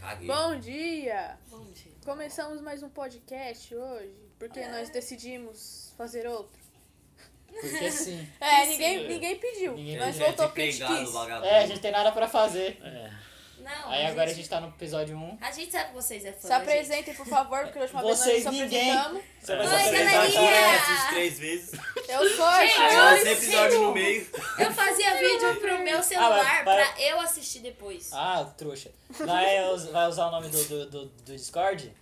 Caguei. Bom dia! Bom dia. Começamos mais um podcast hoje, porque nós decidimos fazer outro. Porque sim. É, Sim, ninguém, senhor. ninguém pediu, Ninguém mas pediu. é voltou pro pegado, Kiss. vagabundo. É, a gente tem nada pra fazer. Não, Aí agora a gente tá no episódio 1. A gente sabe que vocês é fã. Se da gente. apresentem, por favor, porque a última vez nós Vocês nos ninguém. apresentamos. Você É. Oi, Mas se apresentar apresentar galerinha! agora. agora esses três vezes. Ah, Eu sou a Gente, Júlia. eu Esse episódio no meio. Eu fazia vídeo pro meu Ah, celular mas para- pra eu assistir depois. Ah, trouxa. Vai, us- vai usar o nome do, do, do, do Discord?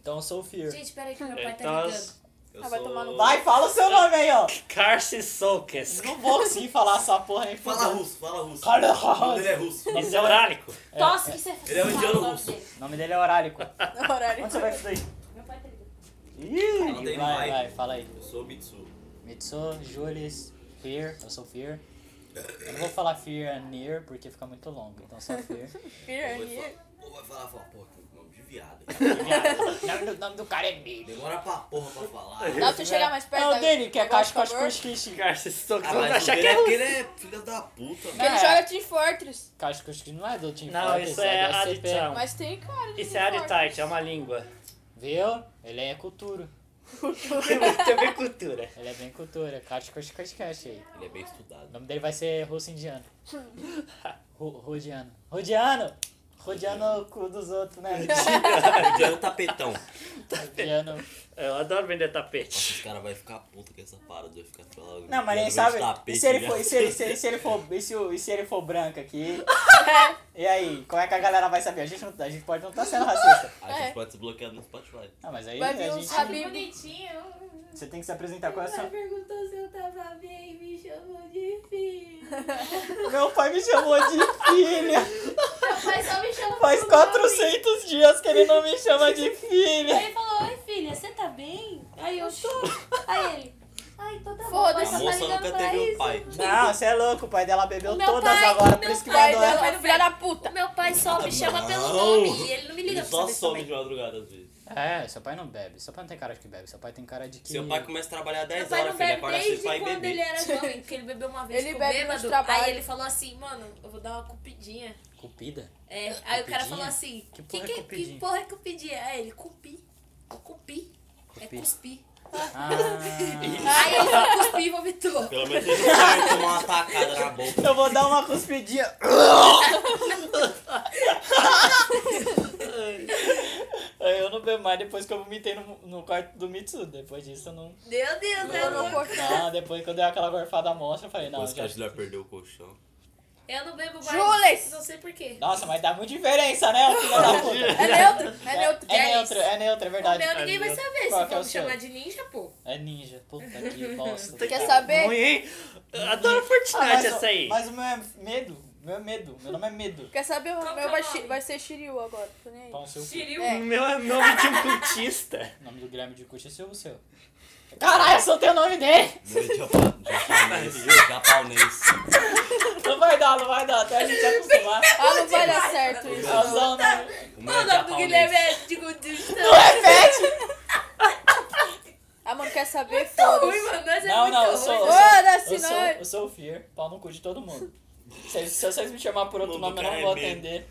Então eu sou o Fear. Gente, peraí que meu pai tá Então, ligando. Eu Ah, vai sou- tomar no Vai, fala o seu nome aí, ó. Carce Soukes. Não vou conseguir falar essa porra nem Fala russo, fala russo. Fala O nome dele é russo. Isso é horárico. É, Tosse que você Ele é um fala indiano o nome russo. dele. O nome dele é Horário. No horário. Onde você vai com isso daí? Meu pai tá ligando. Ih, Não tem vai, mais. vai, fala aí. Eu sou o Mitsu. Mitsu, Jules, Fear. Eu sou Fear. Eu não vou falar Fear and Near porque fica muito longo. Então só Fear. Fear and Year. Ou vai falar, fala, pô, que nome de viado. O nome do- o nome do cara é Mid. Demora pra porra pra falar. Ah, Dá pra você chegar mais perto? É o dele, que é agora, Cacho por Cacho favor? Cushkish. Carce Soukes. Ah, Vamos mas o achar que dele é é porque russo. ele é filho da puta, mano. Ele É. joga Team Fortress, Cacho Cushkish não é do Team Não, Fortress, isso é do SCP. adição. mas tem cara de Isso é Team Fortress. Aritite, é uma língua. Viu? Ele é cultura. Tem a ver com cultura. Ele é bem cultura. Cacho Cushkish Cushkish aí. Ele é bem O estudado. nome dele vai ser russo indiano. Ru- Rodiano. Rodiano! Rodiano é o cu dos outros, né? Ele é um tapetão. Rodiano. Eu adoro vender tapete. Os caras vão ficar puto com essa parada. Vai ficar falando. Não, mas nem "Eu vendo sabe. E tapete, se ele né?" for, e se ele, se ele, se ele for, e se, o- e se ele for branco aqui? E aí, como é que a galera vai saber? A gente, não, a gente pode não estar sendo racista. A gente É. pode se bloquear no Spotify. Ah, mas aí Vai vir a um gente. Habib. Bonitinho. Você tem que se apresentar com essa. perguntou se eu tava bem e me chamou de filho. Meu pai me chamou de filha. Mas só me chamou Faz por nome. 400 dias que ele não me chama de filha. Ele falou, oi filha, você tá bem? Aí eu tô. Aí ele, ai, tô tá bom. Foda-se, mas você tá A moça ligando nunca pra teve um isso?" pai. Não, você é louco, o pai dela bebeu O meu todas pai, agora, o por meu isso que Pai vai dela doer. foi do filho da puta. O meu pai só me chama pelo Não. nome e ele não me liga Ele pra só saber se eu tô some de bem. madrugada às vezes. É, seu pai não bebe, seu pai não tem cara de que bebe, seu pai tem cara de que... Seu pai começa a trabalhar Meu É 10 pai horas, não filho. Ele bebe acorda cedo desde pra ir quando ele é beber. era jovem, porque ele bebeu uma vez Ele com bebe nos bêbado. trabalhos. Aí ele falou assim, mano, eu vou dar uma cupidinha. Cupida? É, aí o cara Cupidinha? falou assim, Que que porra é que, que, cupidinha? porra é cupidinha? Aí ele, cupi. Eu cupi. É Cupi. cuspi. Ah, Aí ele falou cuspi e vomitou. Pelo menos ele não vai tomar uma tacada na boca. eu vou dar uma cuspidinha. Ai, eu não bebo mais depois que eu vomitei no, no quarto do Mitsu. Depois disso eu não... Meu Deus, Eu eu não não, corto. Não, depois que eu dei aquela gorfada monstra, eu falei, não, Depois que já... a Julia perdeu o colchão. eu não bebo mais. Jules! Não sei porquê. Nossa, mas dá muita diferença, né, ô filho da puta? É neutro, é É, neutro. é neutro, é neutro, é O verdade. meu ninguém vai saber. Se Qual que é o for me seu? chamar de ninja, pô. É ninja. Puta que bosta. Quer saber? Ruim, hein? Eu Adoro Fortnite o- essa aí. Ah, mas o meu é medo. Meu é medo. Meu nome é medo. Quer saber? O meu Qual que é o vai, nome? chi- vai ser Shiryu agora. Tô nem aí. Pau no seu cu. Shiryu. É. O meu é nome de um cultista. O nome do Guilherme de Curti é seu ou seu? Caralho, eu soltei o nome dele! Meu japa- japonês. Japonês. Não vai dar, não vai dar, até a gente se acostumar né? Ah, não vai dar certo isso. a usar o nome. Qual O meu o nome é do japonês. Guilherme é de Gudista. Ah, mano, quer saber? Muito ruim, Foda-se. mano. Nós é Não, muito não, eu sou. ruim. Eu sou, Foda-se, é? eu sou, nós. eu sou o Fear, pau no cu de todo mundo. Se, se vocês me chamarem por outro O nome nome, do eu não cara vou é medo. atender.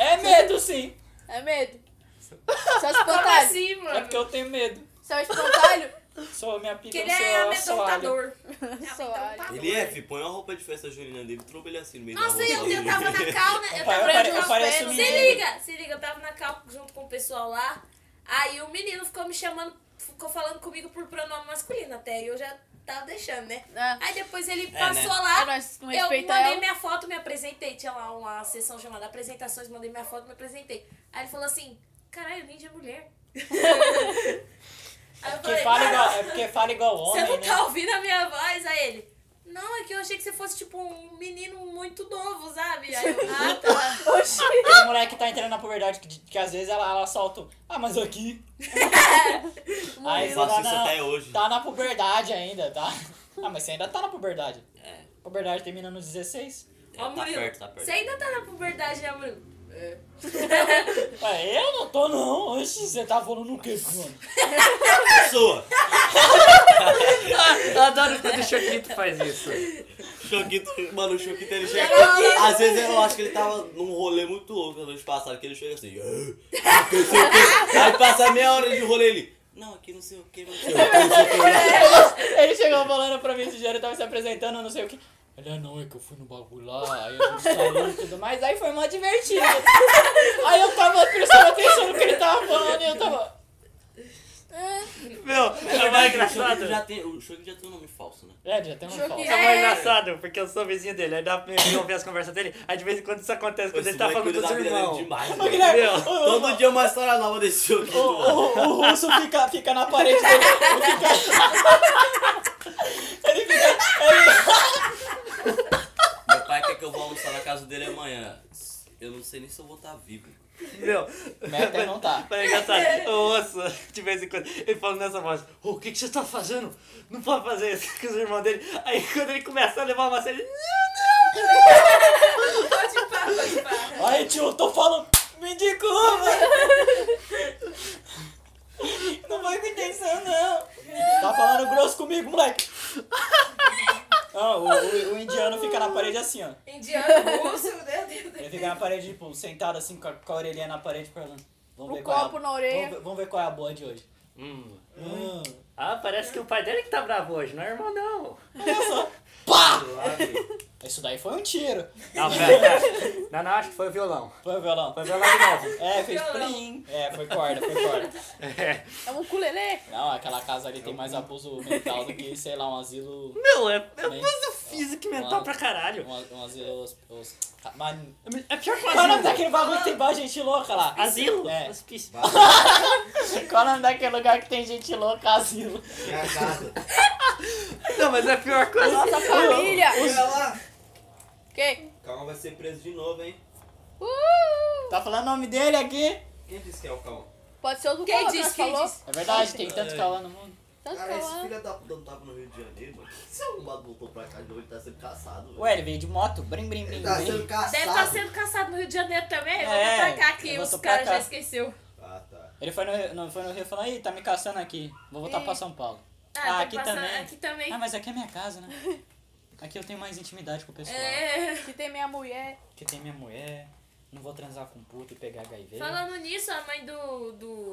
É medo sim! É medo. Só Como espantalho. assim, É mano? porque eu tenho medo. Só espantalho. Sou minha pica, Porque ele eu sou é a assoalha. amedrontador. então tá. Soalho. Ele é, fi, põe uma roupa de festa junina dele, tromba ele assim no meio Nossa, da eu, rua. eu tava na cal, né? Eu tava Pai, eu na pare- eu cal. pareço Se menino. liga, se liga, eu tava na cal junto com o pessoal lá. Aí o menino ficou me chamando, ficou falando comigo por pronome masculino até. E eu já tava deixando, né? Ah, Aí depois ele É, né? passou ah, lá. nós não Eu mandei respeita ela. minha foto, me apresentei. Tinha lá uma sessão chamada apresentações, mandei minha foto, me apresentei. Aí ele falou assim: caralho, ninja é mulher. Aí eu Que falei, fala igual, "Caralho." é porque fala igual Você homem, não né? tá ouvindo a minha voz? Aí ele. Não, é que eu achei que você fosse, tipo, um menino muito novo, sabe? Aí eu, ah, tá. Tem mulher que tá entrando na puberdade que, que às vezes ela, ela solta um, ah, mas aqui. Aí Eu ela faço tá isso na, até é hoje. tá na puberdade ainda, tá? Ah, mas você ainda tá na puberdade. É, Puberdade termina nos 16. é, Ó, tá perto, tá Você perto. ainda tá na puberdade, né, Murilo? É. Ué, eu não tô não. Oxi, você tá falando o quê, mano? Pessoa! Eu adoro quando o Choquito faz isso. Choquito, mano, o Choquito ele chega. Não. Às vezes eu acho que ele tava num rolê muito louco no noite passada, que ele chega assim. "Ah, não sei o quê". Aí passa meia hora de rolê ele. Não, aqui não sei o que, não sei o que, não sei o que. É. Ele chegou falando pra mim, esse dia ele tava se apresentando, não sei o que. Ele, ah, não, é que eu fui no bagulho lá, aí a gente saiu e tudo mais, aí foi mó divertido. aí eu tava prestando atenção no que ele tava falando e eu tava... Meu, é Mas mais O Choquito engraçado. já tem, o Choquito já tem um nome falso, né? É, já tem um falso. É mais É. engraçado, porque eu sou vizinho dele, aí dá pra mim ouvir as conversas dele, aí de vez em quando isso acontece, quando ele Esse tá moleque cuida falando dos da vida dele irmãos. demais, Ô, mano. Guilherme, Meu, o- o- Todo dia uma história nova desse Choquito. O, o- o russo fica, fica na parede dele. fica- ele fica. ele- Meu pai quer que eu vá almoçar na casa dele amanhã. Eu não sei nem se eu vou estar vivo. Meu, Meta é não tá. Foi engraçado. Eu ouço de vez em quando ele falando nessa voz: "Ô, O que, que você tá fazendo? Não pode fazer isso com os irmãos dele. Aí quando ele começa a levar uma série, ele. Pode pá, pode pá. Aí, tio, eu tô falando. Me desculpa. Não foi com intenção, não. Tá falando grosso comigo, moleque. Ah, o, o- o indiano fica na parede assim, ó. Indiano, russo, né? meu Deus. Ele fica na parede, tipo, sentado assim, com a, com a orelhinha na parede, falando. Vamos O ver qual é a- Um copo na orelha. Vamos ver, vamos ver qual é a boa de hoje. Hum. Hum. Ah, parece que o pai dele que tá bravo hoje, não é irmão, não. Pá! Isso daí foi um tiro. Não, pera, pera. Não, não, acho que foi o violão. Foi o violão. Foi o violão de novo. É, fez Violão. plim. É, foi corda, foi corda. É. É um ukulele. Não, aquela casa ali tem mais abuso mental do que, sei lá, um asilo. Meu, é, é Bem, abuso físico e mental pra caralho. Um, a- um asilo. Os, os, mano. É pior que o Qual é o nome asilo. daquele bagulho que tem bastante gente louca lá? Asilo? É. Hospício. Qual é o nome daquele lugar que tem gente louca? Asilo. Casado. Não, mas é pior que o asilo. Nossa família. Olha lá. Quem? Calma vai ser preso de novo, hein? Uh! Tá falando o nome dele aqui? Quem disse que é o Calma? Pode ser o do Quem Cauã, disse? nós Quem falou. disse? É verdade, tem tantos calor no mundo. Tanto Cara, esse Cauã. filho da puta não tava no Rio de Janeiro, mano. Esse arrombado voltou pra cá de novo, ele tá sendo caçado, velho. Ué, ele veio de moto? Brim, brim, brim, Ele tá sendo brim. caçado. Deve estar sendo caçado no Rio de Janeiro também. Eu É, vou pra cá aqui, eu os vou pra caras cá. já esqueceu. Ah, tá. Ele foi no, Rio- não, foi no Rio e falou, ih, tá me caçando aqui. Vou voltar Ih. pra São Paulo. Ah, Ah, tá aqui passando- também. Aqui também. Ah, mas aqui é minha casa, né? Aqui eu tenho mais intimidade com o pessoal. É. Que tem minha mulher. Que tem minha mulher, não vou transar com puta e pegar HIV. Falando nisso, a mãe do, do.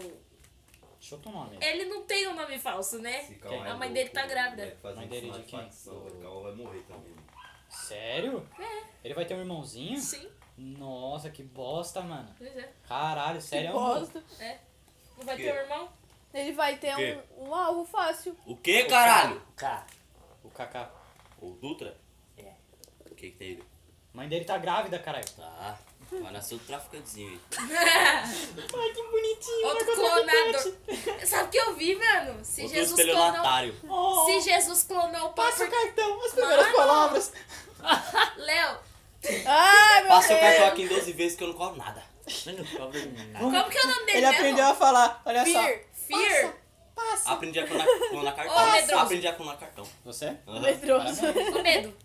Deixa eu tomar mesmo. Ele não tem um nome falso, né? Calma A é mãe louco, dele tá o grávida. moleque fazendo Mãe dele é isso de na quem? facção, velho. O Calma vai morrer também. né? mano. Sério? É. Ele vai ter um irmãozinho? Sim, Nossa, que bosta, mano. pois é. Caralho, sério é que um- bosta. Não vai Que? ter um irmão? Ele vai ter Quê? um, um alvo fácil. O que, caralho? Cara. Tá. O Kaká. O Dutra? É. O que que tem ele? Mãe dele tá grávida, caralho. Tá. Vai nascer o traficantezinho aí. Ai, que bonitinho. tá Outro clonado. Sabe o que eu vi, mano? Se Outro Jesus clonou. estelionatário. Oh, Se Jesus clonou o Passa o Papa. cartão, então, as primeiras Mano. palavras. Léo, Ai, meu Passa o Deus. cartão aqui em 12 vezes que eu não cobro nada. Eu não cobro nada. como que é o nome dele Ele mesmo? aprendeu a falar, olha Fear. Fear. só. Passa. Aprendi a clonar, clonar cartão. Ô, medroso. Aprendi a clonar cartão. Você? Aham. Medroso. O medo.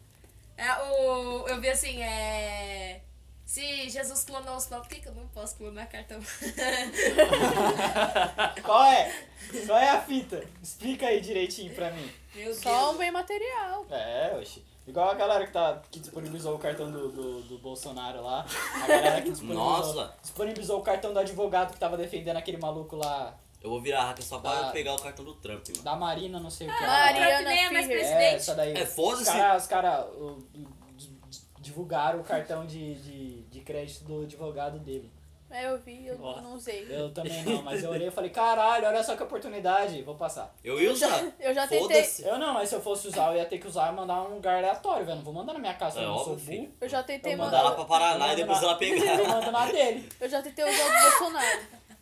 É, o, eu vi assim, é. Se Jesus clonou os papos, por que, que eu não posso clonar cartão? Qual é? Qual é a fita? Explica aí direitinho pra mim. Meu Deus. Só um bem material. É, oxi. Igual a galera que, tá, que disponibilizou o cartão do, do, do Bolsonaro lá. A galera que disponibilizou, Nossa. disponibilizou o cartão do advogado que tava defendendo aquele maluco lá Eu vou virar hacker só pra Ah. pegar o cartão do Trump, mano. da Marina, não sei o que. lá. Mariana Trump nem é mais Fear. É, presidente. essa daí. É, foda-se. Os caras cara, o- di- divulgaram o cartão de, de, de crédito do advogado dele. É, eu vi, eu Nossa. não usei. Eu também não, mas eu olhei e falei, caralho, olha só que oportunidade, vou passar. Eu ia usar. Eu já tentei. Foda-se. Eu não, mas se eu fosse usar, eu ia ter que usar e mandar em um lugar aleatório, velho. Não vou mandar na minha casa, É eu não sou óbvio, burro. filho. Eu já tentei Eu Mandar mandar. um lá pra Paraná e Manda depois lá. ela Eu pegar. mando na dele. Eu já tentei usar o do Bolsonaro.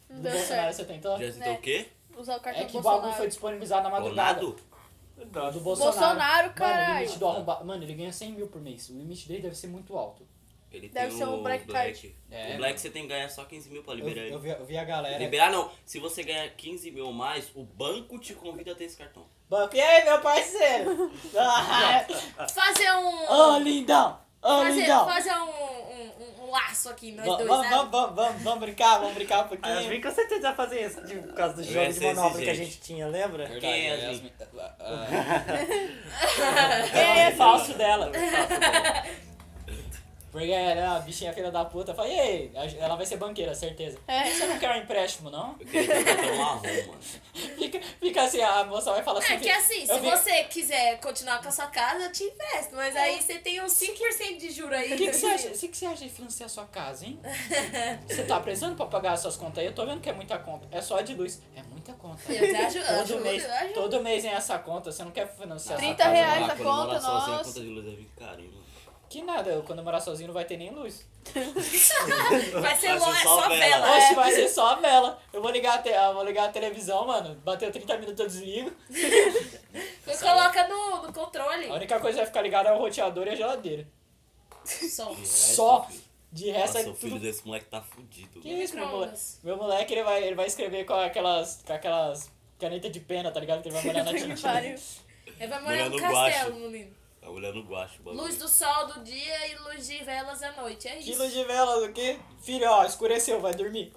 Não Do deu Bolsonaro, certo. você tentou? Já tentou É. o quê? Usar o cartão É que do o bagulho foi Bolsonaro. disponibilizado na madrugada. Bolado? O Do Bolsonaro. Bolsonaro, Mano, o caralho. limite do arrombado. Mano, ele ganha 100 mil por mês. O limite dele deve ser muito alto. Ele Deve tem ser o um black Black. É, o Black você tem que ganhar só 15 mil pra Eu, liberar eu, ele. vi, eu vi a galera. Liberar não. Se você ganhar 15 mil ou mais, o banco te convida a ter esse cartão. Banco, e aí, meu parceiro? Ah, Fazer um. Ô, lindão! Ô, fazer lindão! fazer um, um, um- um laço laço aqui, nós Va- dois, vamos, sabe? vamos, vamos, vamos, vamos brincar, vamos brincar um A Yasmin pouquinho. com certeza vai fazer isso de- por causa do jogo ia de ser esse manobra que a jeito. gente tinha, lembra? Verdade, Quem é a Yasmin? Yasmin- ah, ah, É, falso dela. Porque ela é a bichinha filha da puta. Falei, ei, ela vai ser banqueira, certeza. É. Você não quer um empréstimo, não? Eu queria que eu um arroz, mano. Fica, fica assim, a moça vai falar assim. É que assim, se eu vi- É. você quiser continuar com a sua casa, eu te investo. Mas aí você tem uns 5% de juro aí. O que, que você acha? O que, que você acha de financiar sua casa, hein? Você tá precisando pra pagar as suas contas aí? Eu tô vendo que é muita conta. É só de luz. É muita conta. Eu te ajudo, eu Todo ajudo, mês, eu ajudo. todo mês em essa conta, você não quer financiar essa 30 casa? reais Lá, a quando eu morar conta, sozinho, nossa. A conta de luz vai vir carinho, mano. Que nada, eu, quando eu morar sozinho não vai ter nem luz. Vai ser Vai ser um lo- é só só vela. vela. Hoje vai ser só a vela. Eu vou ligar a, te- eu vou ligar a televisão, mano. Bateu 30 minutos, eu desligo. Você coloca no, no controle. A única coisa que vai ficar ligada é o roteador e a geladeira. Som. De Só. filho. De resto Nossa, é o filho tudo... desse moleque tá fudido. Que mano. isso, meu moleque? Micro-ondas. Meu moleque, ele vai, ele vai escrever com aquelas, com aquelas caneta de pena, tá ligado? Que ele vai molhar na Puta que tinta. pariu. Ele Mulher vai morar num no castelo, guache. menino. Tá olhando o guacho, o bagulho. Luz do sol do dia e luz de velas à noite. É isso. Quilo de velas, o quê? Filho, ó, escureceu, vai dormir.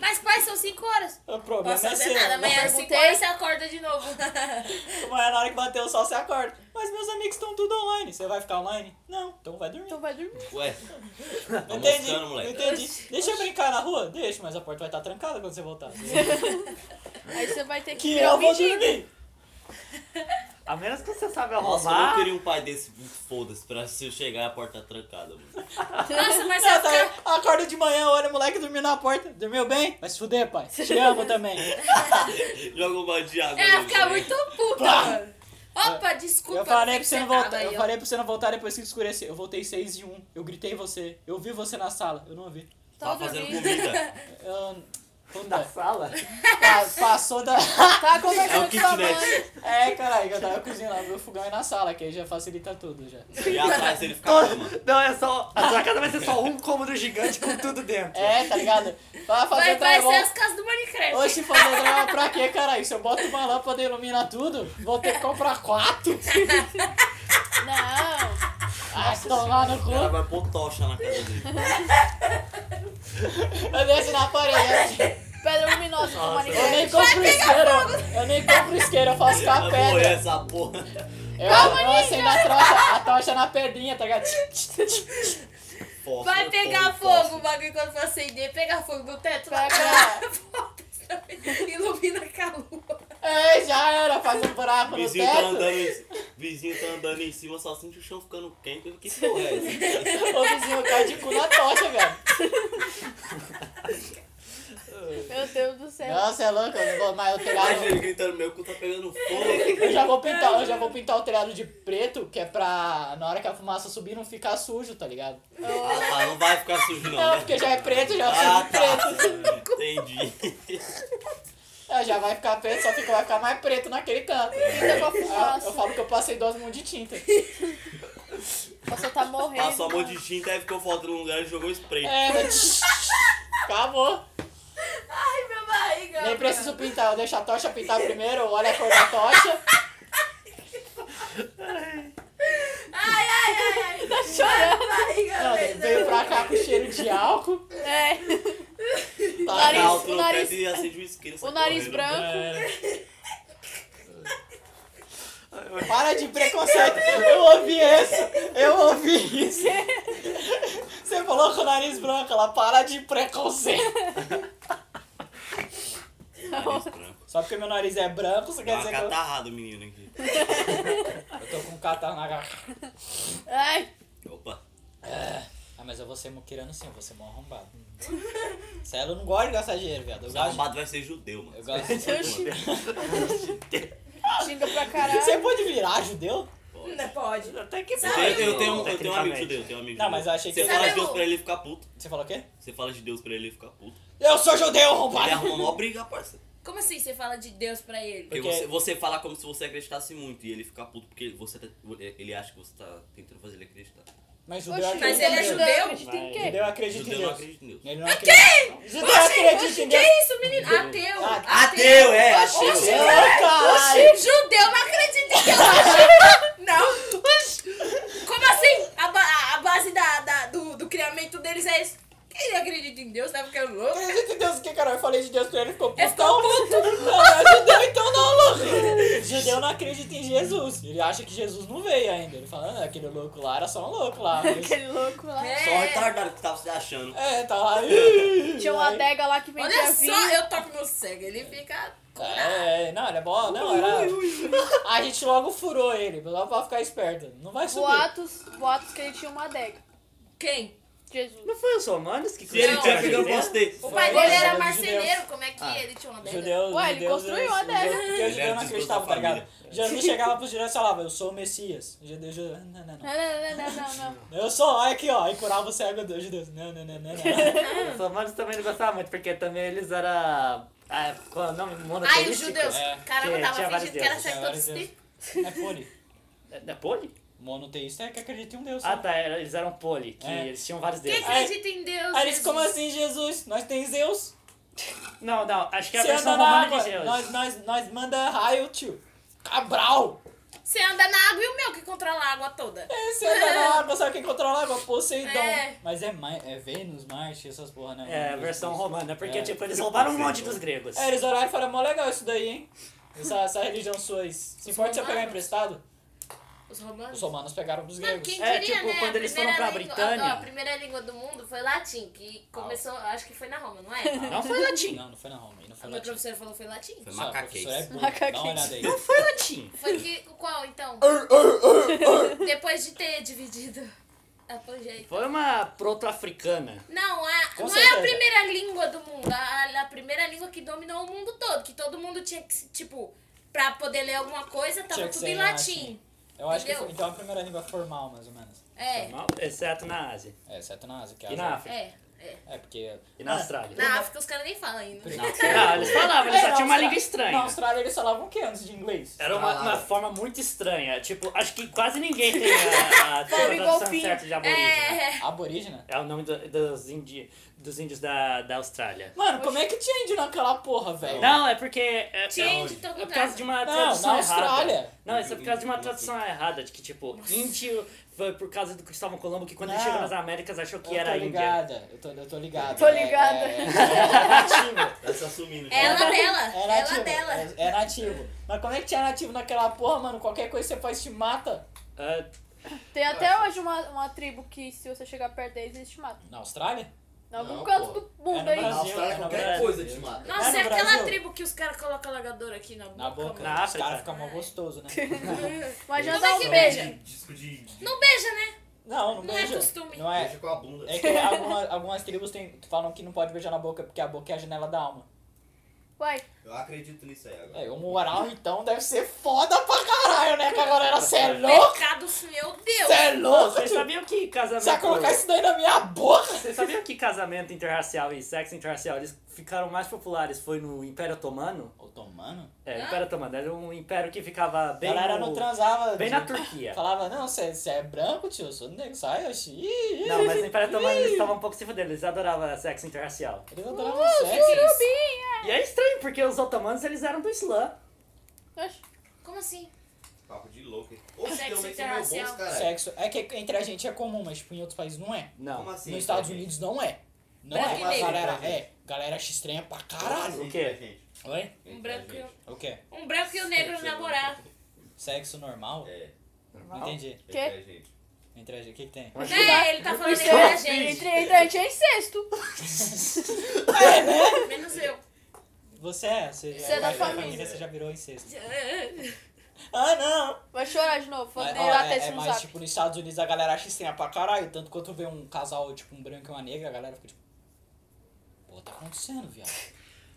Mas, pai, são 5 horas. O problema Posso é fazer seu. nada. Amanhã às 5 perguntei. horas você acorda de novo. Mas na hora que bater o sol, você acorda. Mas meus amigos estão tudo online. Você vai ficar online? Não, então vai dormir. Então vai dormir. Ué, tá Entendi, mostrando, moleque. entendi. Deixa eu brincar na rua? Deixa, mas a porta vai estar trancada quando você voltar. Aí você vai ter que. Que é virar eu vou mendigo. dormir. A menos que você saiba Nossa, eu não roubar. queria um pai desse, foda-se, pra se eu chegar a porta trancada, mano. Nossa, mas Ah, você tá, fica... eu acordo de manhã, olha o moleque dormindo na porta. Dormiu bem? Vai se fuder, pai. Te amo também. Joga um balde de água. Eu É, ia nele ficar também. muito puta, mano. Opa, desculpa. Eu falei pra você sei não que tava voltar. aí, Eu ó. falei pra você não voltar depois que escureceu. Eu voltei 6 e 1. Eu gritei você. Eu vi você na sala. Eu não ouvi. Tava Tá fazendo dormindo. comida. É Eu... Da Puta, sala? pa- passou da. Tá É o conversando com sua mãe. kitnet. É, caralho, que eu tava cozinhando lá, meu fogão é na sala, que aí já facilita tudo já. E atrás ele fica, Todo- mano. Não, é só. A sua casa vai ser só um cômodo gigante com tudo dentro. É, tá ligado? Vai Vai, vai fazer ser assim. as drywall. casas do Minecraft. Oxe, fazer drywall pra quê, caralho? Se eu boto uma lâmpada e ilumina tudo, vou ter que comprar quatro. Não. Ah, tomar no O cara cu. vai pôr tocha na casa dele. Eu desço na parede. né? Pedra luminosa do Eu nem Minecraft. compro isqueiro. Eu nem compro isqueiro, eu faço com a Vai morrer pedra. essa porra. Eu, eu acendo a tocha, a tocha na pedrinha, tá ligado? Fósforo, Vai pegar fósforo, fogo o bagulho quando for acender, pegar fogo no teto, lá. Pega. ilumina com a lua. É, já era, faz um buraco no Vizinho tá, andando teto. em, vizinho tá andando em cima, só sente o chão ficando quente. Que porra é essa? O vizinho cai de cu na tocha, velho. Meu Deus do céu. Nossa, é louco, eu não vou mais eu Imagina telhado. ele gritando, meu cu tá pegando fogo. Eu já vou pintar, eu já vou pintar o telhado de preto, que é pra na hora que a fumaça subir não ficar sujo, tá ligado? Ah, tá, não vai ficar sujo não, Não, né? porque já é preto, já Ah, fica tá. preto. Entendi. É, já vai ficar preto, só fica, vai ficar mais preto naquele canto. Pinta com a Eu, eu fumaça. falo que eu passei duas mãos de tinta. Você tá morrendo. Passou a mão mano. de tinta, aí ficou faltando um lugar e jogou spray. É, mas- acabou. Ai, minha barriga. Nem mano. preciso pintar, eu deixo a tocha pintar primeiro, olha a cor da tocha. Ai, ai, ai, ai. Tá chorando. barriga, Não, velho. veio pra cá com cheiro de álcool. É. Tá, Nariz, Dá outro o no nariz- pé e acende o isqueiro. sai O nariz correndo. tá. branco. É. Para de preconceito. Eu ouvi isso. Eu ouvi isso. Você falou com o nariz branco. Ela para de preconceito. Nariz branco. Só porque meu nariz é branco, você Dá quer uma dizer que eu, catarrada, menino, aqui. eu tô com um catarro na garra. Ai. Opa. Ah, mas eu vou ser muquirano sim. Eu vou ser mó arrombado. Sério, eu não gosto de gastar dinheiro, viado. Eu Esse gosto... arrombado vai ser judeu, mano. Eu gosto de... Eu xingo. Xinga pra caralho. Você pode virar judeu? Não é, pode. Até que Eu Sabe- tenho, eu, tenho, um- eu tenho um amigo Tecnicamente. judeu, eu tenho um amigo Não, judeu. mas eu achei que- Você fala Sabe de Deus o- pra ele ficar puto. Você falou o quê? Você fala de Deus pra ele ficar puto. Eu sou judeu, Ele arrombado. arruma mó briga, parça. Como assim você fala de Deus pra ele? Porque Porque- você, você fala como se você acreditasse muito e ele fica puto porque você tá- ele acha que você tá tentando fazer ele acreditar. Mas judeu Oxi, acredita Mas ele é em Deus. judeu? Acredita em quê? Judeu acredita em Judeu não Deus. acredita em Deus. Ele não acredita. Judeu acredita Oxi, em que Deus. isso, menino? Ateu. Ah, Ateu, é, ateu. Ô, caralho! Judeu não acredita em Deus. não. Como assim? A, ba- a base da, da- do, do criamento deles é esse. Quem acredita em Deus tá ficando louco? Acredita em Deus o que, Carol? Eu falei de Deus pra ele, ficou Ele ficou putão. puto. Não, é judeu então não, louco. Judeu não acredita em Jesus. Ele acha que Jesus não veio ainda. Ele fala, não, aquele louco lá era só um louco lá. mas- Aquele louco lá. É. um Só o retardado que tava se achando. É, tá lá. "Ih", Tinha uma aí- adega lá que vendia Olha vinho. só, eu toco no sangue. Ele fica. É, não, era bom, não, era. A gente logo furou ele, só pra ficar esperto. Não vai subir. Boatos, boatos que ele tinha uma adega. Quem? Jesus. Não foi o Somanos que Se ele Não, tinha pedido, eu Não, postei. O pai Foi. dele era Judeus. marceneiro. Como é que Ah. ele tinha uma Os dela? Judeus, Ué, os ele judeus, construiu os a judeus- dela. Porque os Ele era judeus não de toda acreditavam, a tá ligado? família. Jesus chegava pros judeus e falava, eu sou o Messias. Os judeus, judeu, não, não, Não, não. não, não, não, não, não. Eu sou, olha aqui, ó. é Aí curava o cego dos judeus, não, não, não, não, não. Os Somanos também não gostavam muito, porque também eles eram. Ah, qual é o nome? Ai, os Monoteística? judeus. É. Caramba, Tinha- tinha tava vários fingindo que era tipo. tinha deuses, certo vários todos deuses. os É poli. É, é poli? Monoteísta é que acredita em um Deus. Ah, né? tá, era- eles eram poli, que É. eles tinham vários Quem deuses. acredita em Deus? Aí eles, Jesus? como assim, Jesus? Nós tem Zeus. Não, não, acho que é a Você versão anda na romana água. de Deus. Nós, nós, nós manda raio, tio. Cabral. Você anda na água e o meu que controla a água toda. É, Você anda na água, sabe quem controla a água? Poseidon. É. Mas é, Ma- é Vênus, Marte, essas porra, né? É, a versão romana. romana, porque É. tipo, eles roubaram um monte dos gregos. É, eles olharam e falaram, mó legal isso daí, hein? Essa, essa religião sua aí. Se importa você pegar romanos? emprestado? Os Os romanos. romanos pegaram dos Não, gregos. quem É, queria, tipo, né? quando a eles primeira foram pra língua- Britânia. ó, a primeira língua do mundo foi latim, que começou, acho que foi na Roma, não é? Não foi latim. Não, não foi na Roma, aí não A foi minha latim. professora falou foi latim. Foi Só, a macaquês. professora é burra. Dá uma Macaquês. olhada aí. Não foi latim. Foi que, qual então? Depois de ter dividido a Pangeia. Foi uma proto-africana. Não, a- Com não é certeza. a primeira língua do mundo. A, a primeira língua que dominou o mundo todo. Que todo mundo tinha que, se- tipo, pra poder ler alguma coisa, tava Tinha que tudo ser em em latim. Eu acho que Entendeu? foi, então a primeira língua formal, mais ou menos. É, Normal, Exceto na Ásia. É, exceto na Ásia. Que a E na Ásia- África. é, é. É, porque... E na Austrália. Na África os caras nem falam ainda. Primeiro- Não, eles falavam, eles É, só na tinham uma Austrália- língua Na estranha. Austrália eles falavam o que antes de inglês? Era uma, uma Falavam. forma muito estranha. Tipo, acho que quase ninguém tem a, a, tem a Falavam igual tradução fim. certa de aborígene. É, Aborígena? É o nome do- dos, indi, dos índios da, da Austrália. Mano, como é que tinha índio naquela porra, velho? Não, é porque. É, Tinha é índio em todo por lugar. causa de uma então Não, tradução na errada. Austrália. Não, isso é por causa de uma tradução errada, de que tipo, índio foi por causa do Cristóvão Colombo, que quando ele Não. chegou nas Américas achou que eu era tô Índia. ligada, eu tô, eu tô ligada. Tô É- ligada. É, é, é, Tá se assumindo. ela dela. É ela nativo. dela. É, é nativo. Mas como é que tinha nativo naquela porra, mano? Qualquer coisa que você faz te mata. Ah, Tem até hoje uma, uma tribo que se você chegar perto deles, eles te matam. Na Austrália? Em algum Não, canto pô. do mundo É aí. no Na Brasil. Austrália é no qualquer Brasil. coisa te mata. Nossa, no é aquela Brasil? tribo que os caras colocam alagador aqui na boca. Na boca. Na Os África. caras ficam mó gostoso, né? Imagina Como é dar que um beija? beijo. Disco de. de- Não beija, né? Não, não Não beija. é costume. Não é. Beijo com a bunda. É que algumas, algumas tribos tem, falam que não pode beijar na boca porque a boca é a janela da alma. Vai. Eu acredito nisso aí agora. É, o moral então deve ser foda pra caralho, né? Que a galera, cê é louco? Pecados, meu Cê Deus. é louco? vocês tio? sabiam que casamento. Você vai colocar isso daí na minha boca? Vocês sabiam que casamento interracial e sexo interracial eles ficaram mais populares foi no Império Otomano? Otomano? É, Hã? Império Otomano era um império que ficava A bem galera no- não transava. bem de- na Turquia. Falava, não, você é branco, tio, eu sou negro, sai, oxi. Ih, ih, Não, mas no Império Otomano eles estavam um pouco se fudendo, eles adoravam sexo interracial. Eles adoravam sexo. Surubinha. E é estranho, porque os otomanos eles eram do Islã. Oxe. Como assim? Papo de louco. hein? Ô, Sexo é deu meio que meu interracial. bolso, cara. Sexo. É que entre a gente é comum, mas tipo, em outros países não é. Não. Como assim? Nos Estados gente? Unidos não é. Não Branco é. e negro. galera, né? é. Galera acha estranha pra caralho. o quê? Gente, Oi? Um branco, e um- O quê? um branco e um negro namorar. Sexo normal? um- É. Não entendi. Que? Quê? É, gente. Entre a gente, o que que tem? Né? Ele tá falando Isso entre a é- assim. gente. Entre, entre a gente é incesto. É, né? Menos eu. Você é, você, Você é da a família. Você já virou incesto. Ah, não! Vai chorar de novo. Vou Mas, ó, deilar até um é, esse é no mais zap. tipo, nos Estados Unidos a galera acha estranha pra caralho. Tanto quanto vê um casal, tipo, um branco e uma negra, a galera fica tipo. Pô, tá acontecendo, viado.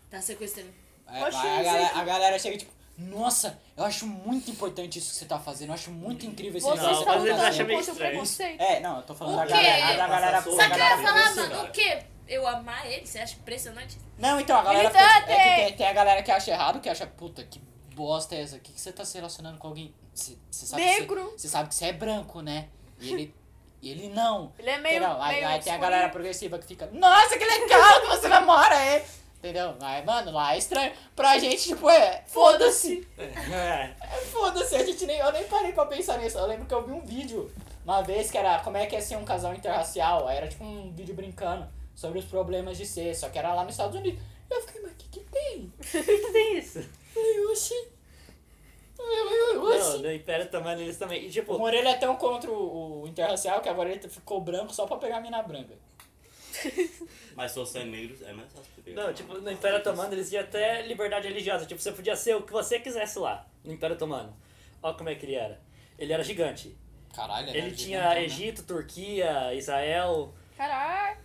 Tá sequestrando. É, Oxe, mas a, isso galera, aqui. a galera chega tipo, nossa, eu acho muito importante isso que você tá fazendo, eu acho muito incrível esse Você Não, está às vezes acha lutando meio contra o seu estranho. preconceito. tá É, não, eu tô falando O da quê? galera, da galera, da Passar Só Pô, que eu ia galera falar, progressiva. mano, o quê? Eu amar ele? Você acha impressionante? Não, então, a galera fica, Militante! tipo, é que tem, tem a galera que acha errado, que acha, puta, que bosta é essa, que, que você tá se relacionando com alguém, você você sabe que Negro. você- você sabe que você é branco, né, e ele, e ele não. Ele é meio. entendeu? meio Aí, aí tem a escurinho. galera progressiva que fica, nossa, que legal que você namora, é. Entendeu? Mas, mano, lá é estranho. Pra gente, tipo, é, foda-se. É. Foda-se, a gente nem, eu nem parei pra pensar nisso. Eu lembro que eu vi um vídeo Uma vez que era como é que é ser um casal interracial, aí era tipo um vídeo brincando sobre os problemas de ser, só que era lá nos Estados Unidos. E eu fiquei, mas o que, que tem? que tem isso? Ai, Oxi. Ai, ai, Não, Oxi. no Império Tamanho eles também. E tipo, O Morelha é tão contra o, o interracial que agora ele ficou branco só pra pegar a mina branca. Mas se você é negro, é mais fácil de pegar. Não, tipo, no Império Otomano eles tinham até liberdade religiosa. Tipo, você podia ser o que você quisesse lá, no Império Otomano. Olha como é que ele era. Ele era gigante. Caralho, né? Ele Gigante, tinha né? Egito, Turquia, Israel. Caralho.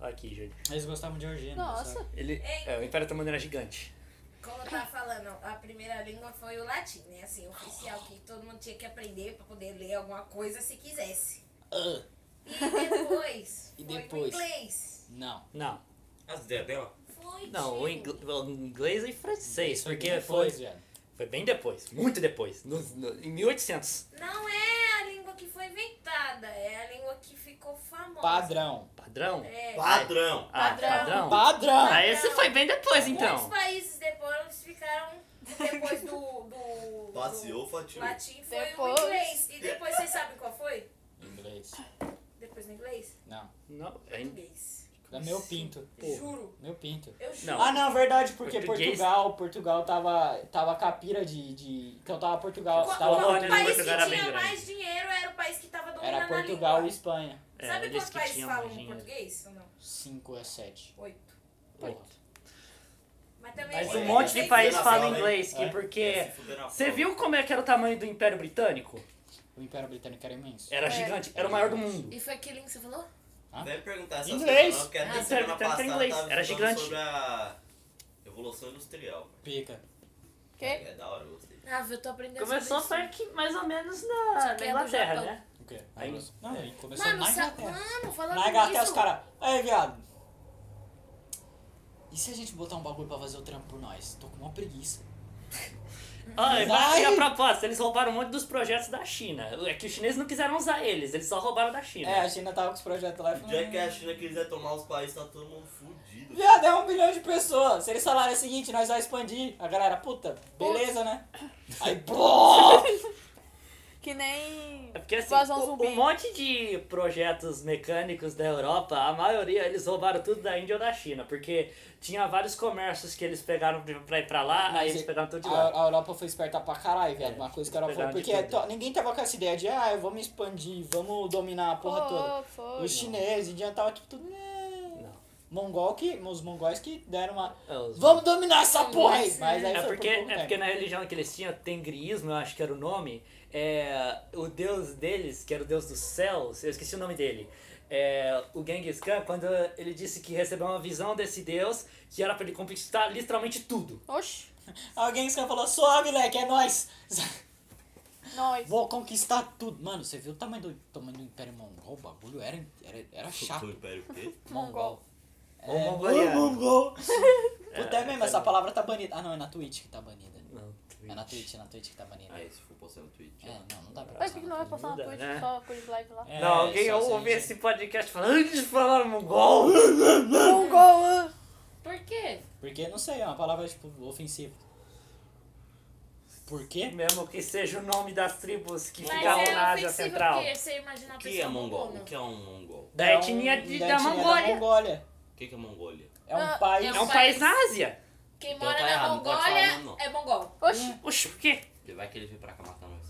Aqui, Júlio. Eles gostavam de orgia, né, Nossa. sabe? Ele, Ei. é, o Império Otomano era gigante. Como eu tava falando, a primeira língua foi o latim, né? Assim, oficial, que todo mundo tinha que aprender pra poder ler alguma coisa se quisesse. Ah, E depois, E foi depois? o inglês. não. Não, As ideias dela? Foi, tipo, não, o tio. ingl- o inglês e francês, Isso foi porque bem foi, depois, velho. foi bem depois, muito depois, no, no- em 1800. Não é a língua que foi inventada, é a língua que ficou famosa. Padrão. Padrão? É. Padrão! Ah, Padrão. padrão? Padrão. Ah, esse foi bem depois, Muitos então. países depois ficaram depois do. do, do Passeou, Fatinho. latim foi Depois. o inglês. E depois vocês sabem qual foi? Inglês. Depois do inglês? Não. Não, ainda. Português. É meu pinto. Juro. Meu pinto. Eu juro. Não. Ah, não, verdade, porque Português. Portugal, Portugal tava, tava capira de, de... Então tava Portugal, Qual, tava Colônia, qual né? o Portugal. país que Portugal era bem tinha grande. mais dinheiro era o país que tava dominando Era a Portugal e língua. Espanha. É, Sabe eles quantos que países tinham falam mais dinheiro. português ou não? 5 é 7. Oito. Oito. Mas também. é Mas Olha, um monte de país internacional, fala hein? inglês, que É. porque... Se fuder na Você foto. viu como é que era o tamanho do Império Britânico? O Império Britânico era imenso. Era É. gigante, era o maior do mundo. E foi que língua que você falou? Deve perguntar essas Inglês. coisas, não, porque Ah, até tá, semana tá, tá, passada inglês. tava Era estudando gigante. sobre a evolução industrial. Pica. Que? É da hora, eu gostei. Ah, eu tô aprendendo Começou sobre foi isso. que mais ou menos Só na, que na é do Inglaterra, Japão. né? O quê? Aí- Não, ele começou Mano, é na sa... Inglaterra. Mano, falando Na Inglaterra, os disso- caras... Aí, viado. E se a gente botar um bagulho pra fazer o trampo por nós? Tô com uma preguiça. Ah, Vai! eu bati a proposta, eles roubaram um monte dos projetos da China. É que os chineses não quiseram usar eles, eles só roubaram da China. É, a China tava com os projetos lá e O falou, dia que "Hum, a China quiser tomar os países, tá todo mundo fudido. Viado, é um bilhão de pessoas. Se eles falarem o seguinte, nós vamos expandir. A galera, puta, beleza, né? Aí, pô! Que nem. É porque assim, Invasão o- zumbi. um monte de projetos mecânicos da Europa, a maioria eles roubaram tudo da Índia ou da China, porque tinha vários comércios que eles pegaram pra- pra ir pra lá, aí eles pegaram tudo de lá. é a, a Europa foi esperta pra caralho, viado. É, uma coisa que a eles Europa foi. pegaram de Porque tudo. to- ninguém tava com essa ideia de, ah, eu vou me expandir, vamos dominar a porra toda. Pô, foi. Os chineses, indianos tava tipo tudo. né? Não. Mongol que, os mongóis que deram uma. É, os- Vamos dominar essa porra aí! Mongóis, Mas aí É foi porque, por pouco é porque tempo. na religião que eles tinham, tengriismo, eu acho que era o nome, é, o deus deles, que era o deus dos céus, eu esqueci o nome dele, é, o Genghis Khan, quando ele disse que recebeu uma visão desse deus, que era pra ele conquistar literalmente tudo. Oxi. Alguém que falou, sobe, moleque, é nóis! Nós. Vou conquistar tudo. Mano, você viu o tamanho do, tamanho do Império Mongol? O bagulho era, era, era Foi o chato. Império o quê? Mongol. Ou É, mongoliano. Mongol. É, Até mesmo, tá essa bom. palavra tá banida. Ah, não, é na Twitch que tá banida. Não, É na Twitch, é na Twitch que tá banida. Ah, isso foi postando no Twitch. É, não, não dá pra Mas passar por que na não vai Twitch. passar na Muda, Twitch né? só por live lá? É, Não, assim, alguém só se a ouve gente- esse podcast falando antes de falar mongol. Um Mongol! Por quê? Porque, não sei, é uma palavra, tipo, ofensiva. Por quê? Mesmo que seja o nome das tribos que Mas ficavam é na Ásia ofensivo Central. porque você imagina a O que pessoa né? é mongol? mongolona. O que é um mongol? Da É um- etnia de- da, etnia Mongólia. Mongólia. O que que é Mongólia? É um Ah, país... É um país na Ásia. Quem Então mora tá na errado, não pode Mongólia falar o nome, não. é mongol. Oxi. Oxe, por quê? Porque Vai que ele veio pra cá matar nós.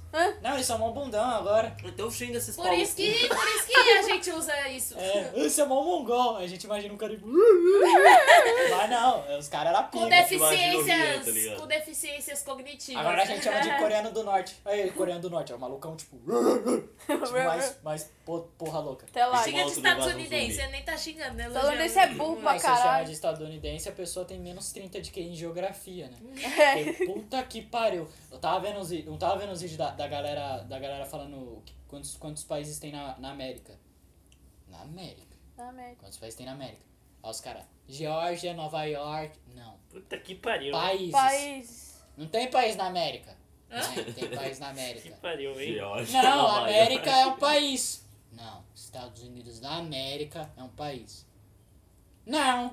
Não, eles são mó bundão agora. Então xinga esses Por isso que, por isso que a gente usa isso. É, isso é mó mongol. A gente imagina um cara... tipo, Mas não, os caras eram Com pica. imagina o Rio, tá deficiências, ligado? com deficiências cognitivas. Agora a gente chama de coreano do norte. Aí, coreano do norte, é um malucão, tipo... tipo mais, mais po- porra louca. Até lá. Xinga Xinga- de Volta do invasão estadunidense, zumbi. ele nem tá xingando, né? Estadunidense é burro pra Mas se você chama de caralho. estadunidense, a pessoa tem menos 30 de QI em geografia, né? É. Porque, puta que pariu. Eu tava vendo os, vi- eu tava vendo os vídeos da, da, galera, da galera falando que- quantos, quantos países tem na, na América. Na América. Ah, merda. Quantos países tem na América? Aí os caras, Geórgia, Nova York. Não. Puta que pariu. Países. País. Não tem país na América. Hã? Não, tem país na Que América. pariu, hein? Não, Nova América é um país. Não, Estados Unidos da América é um país. Não.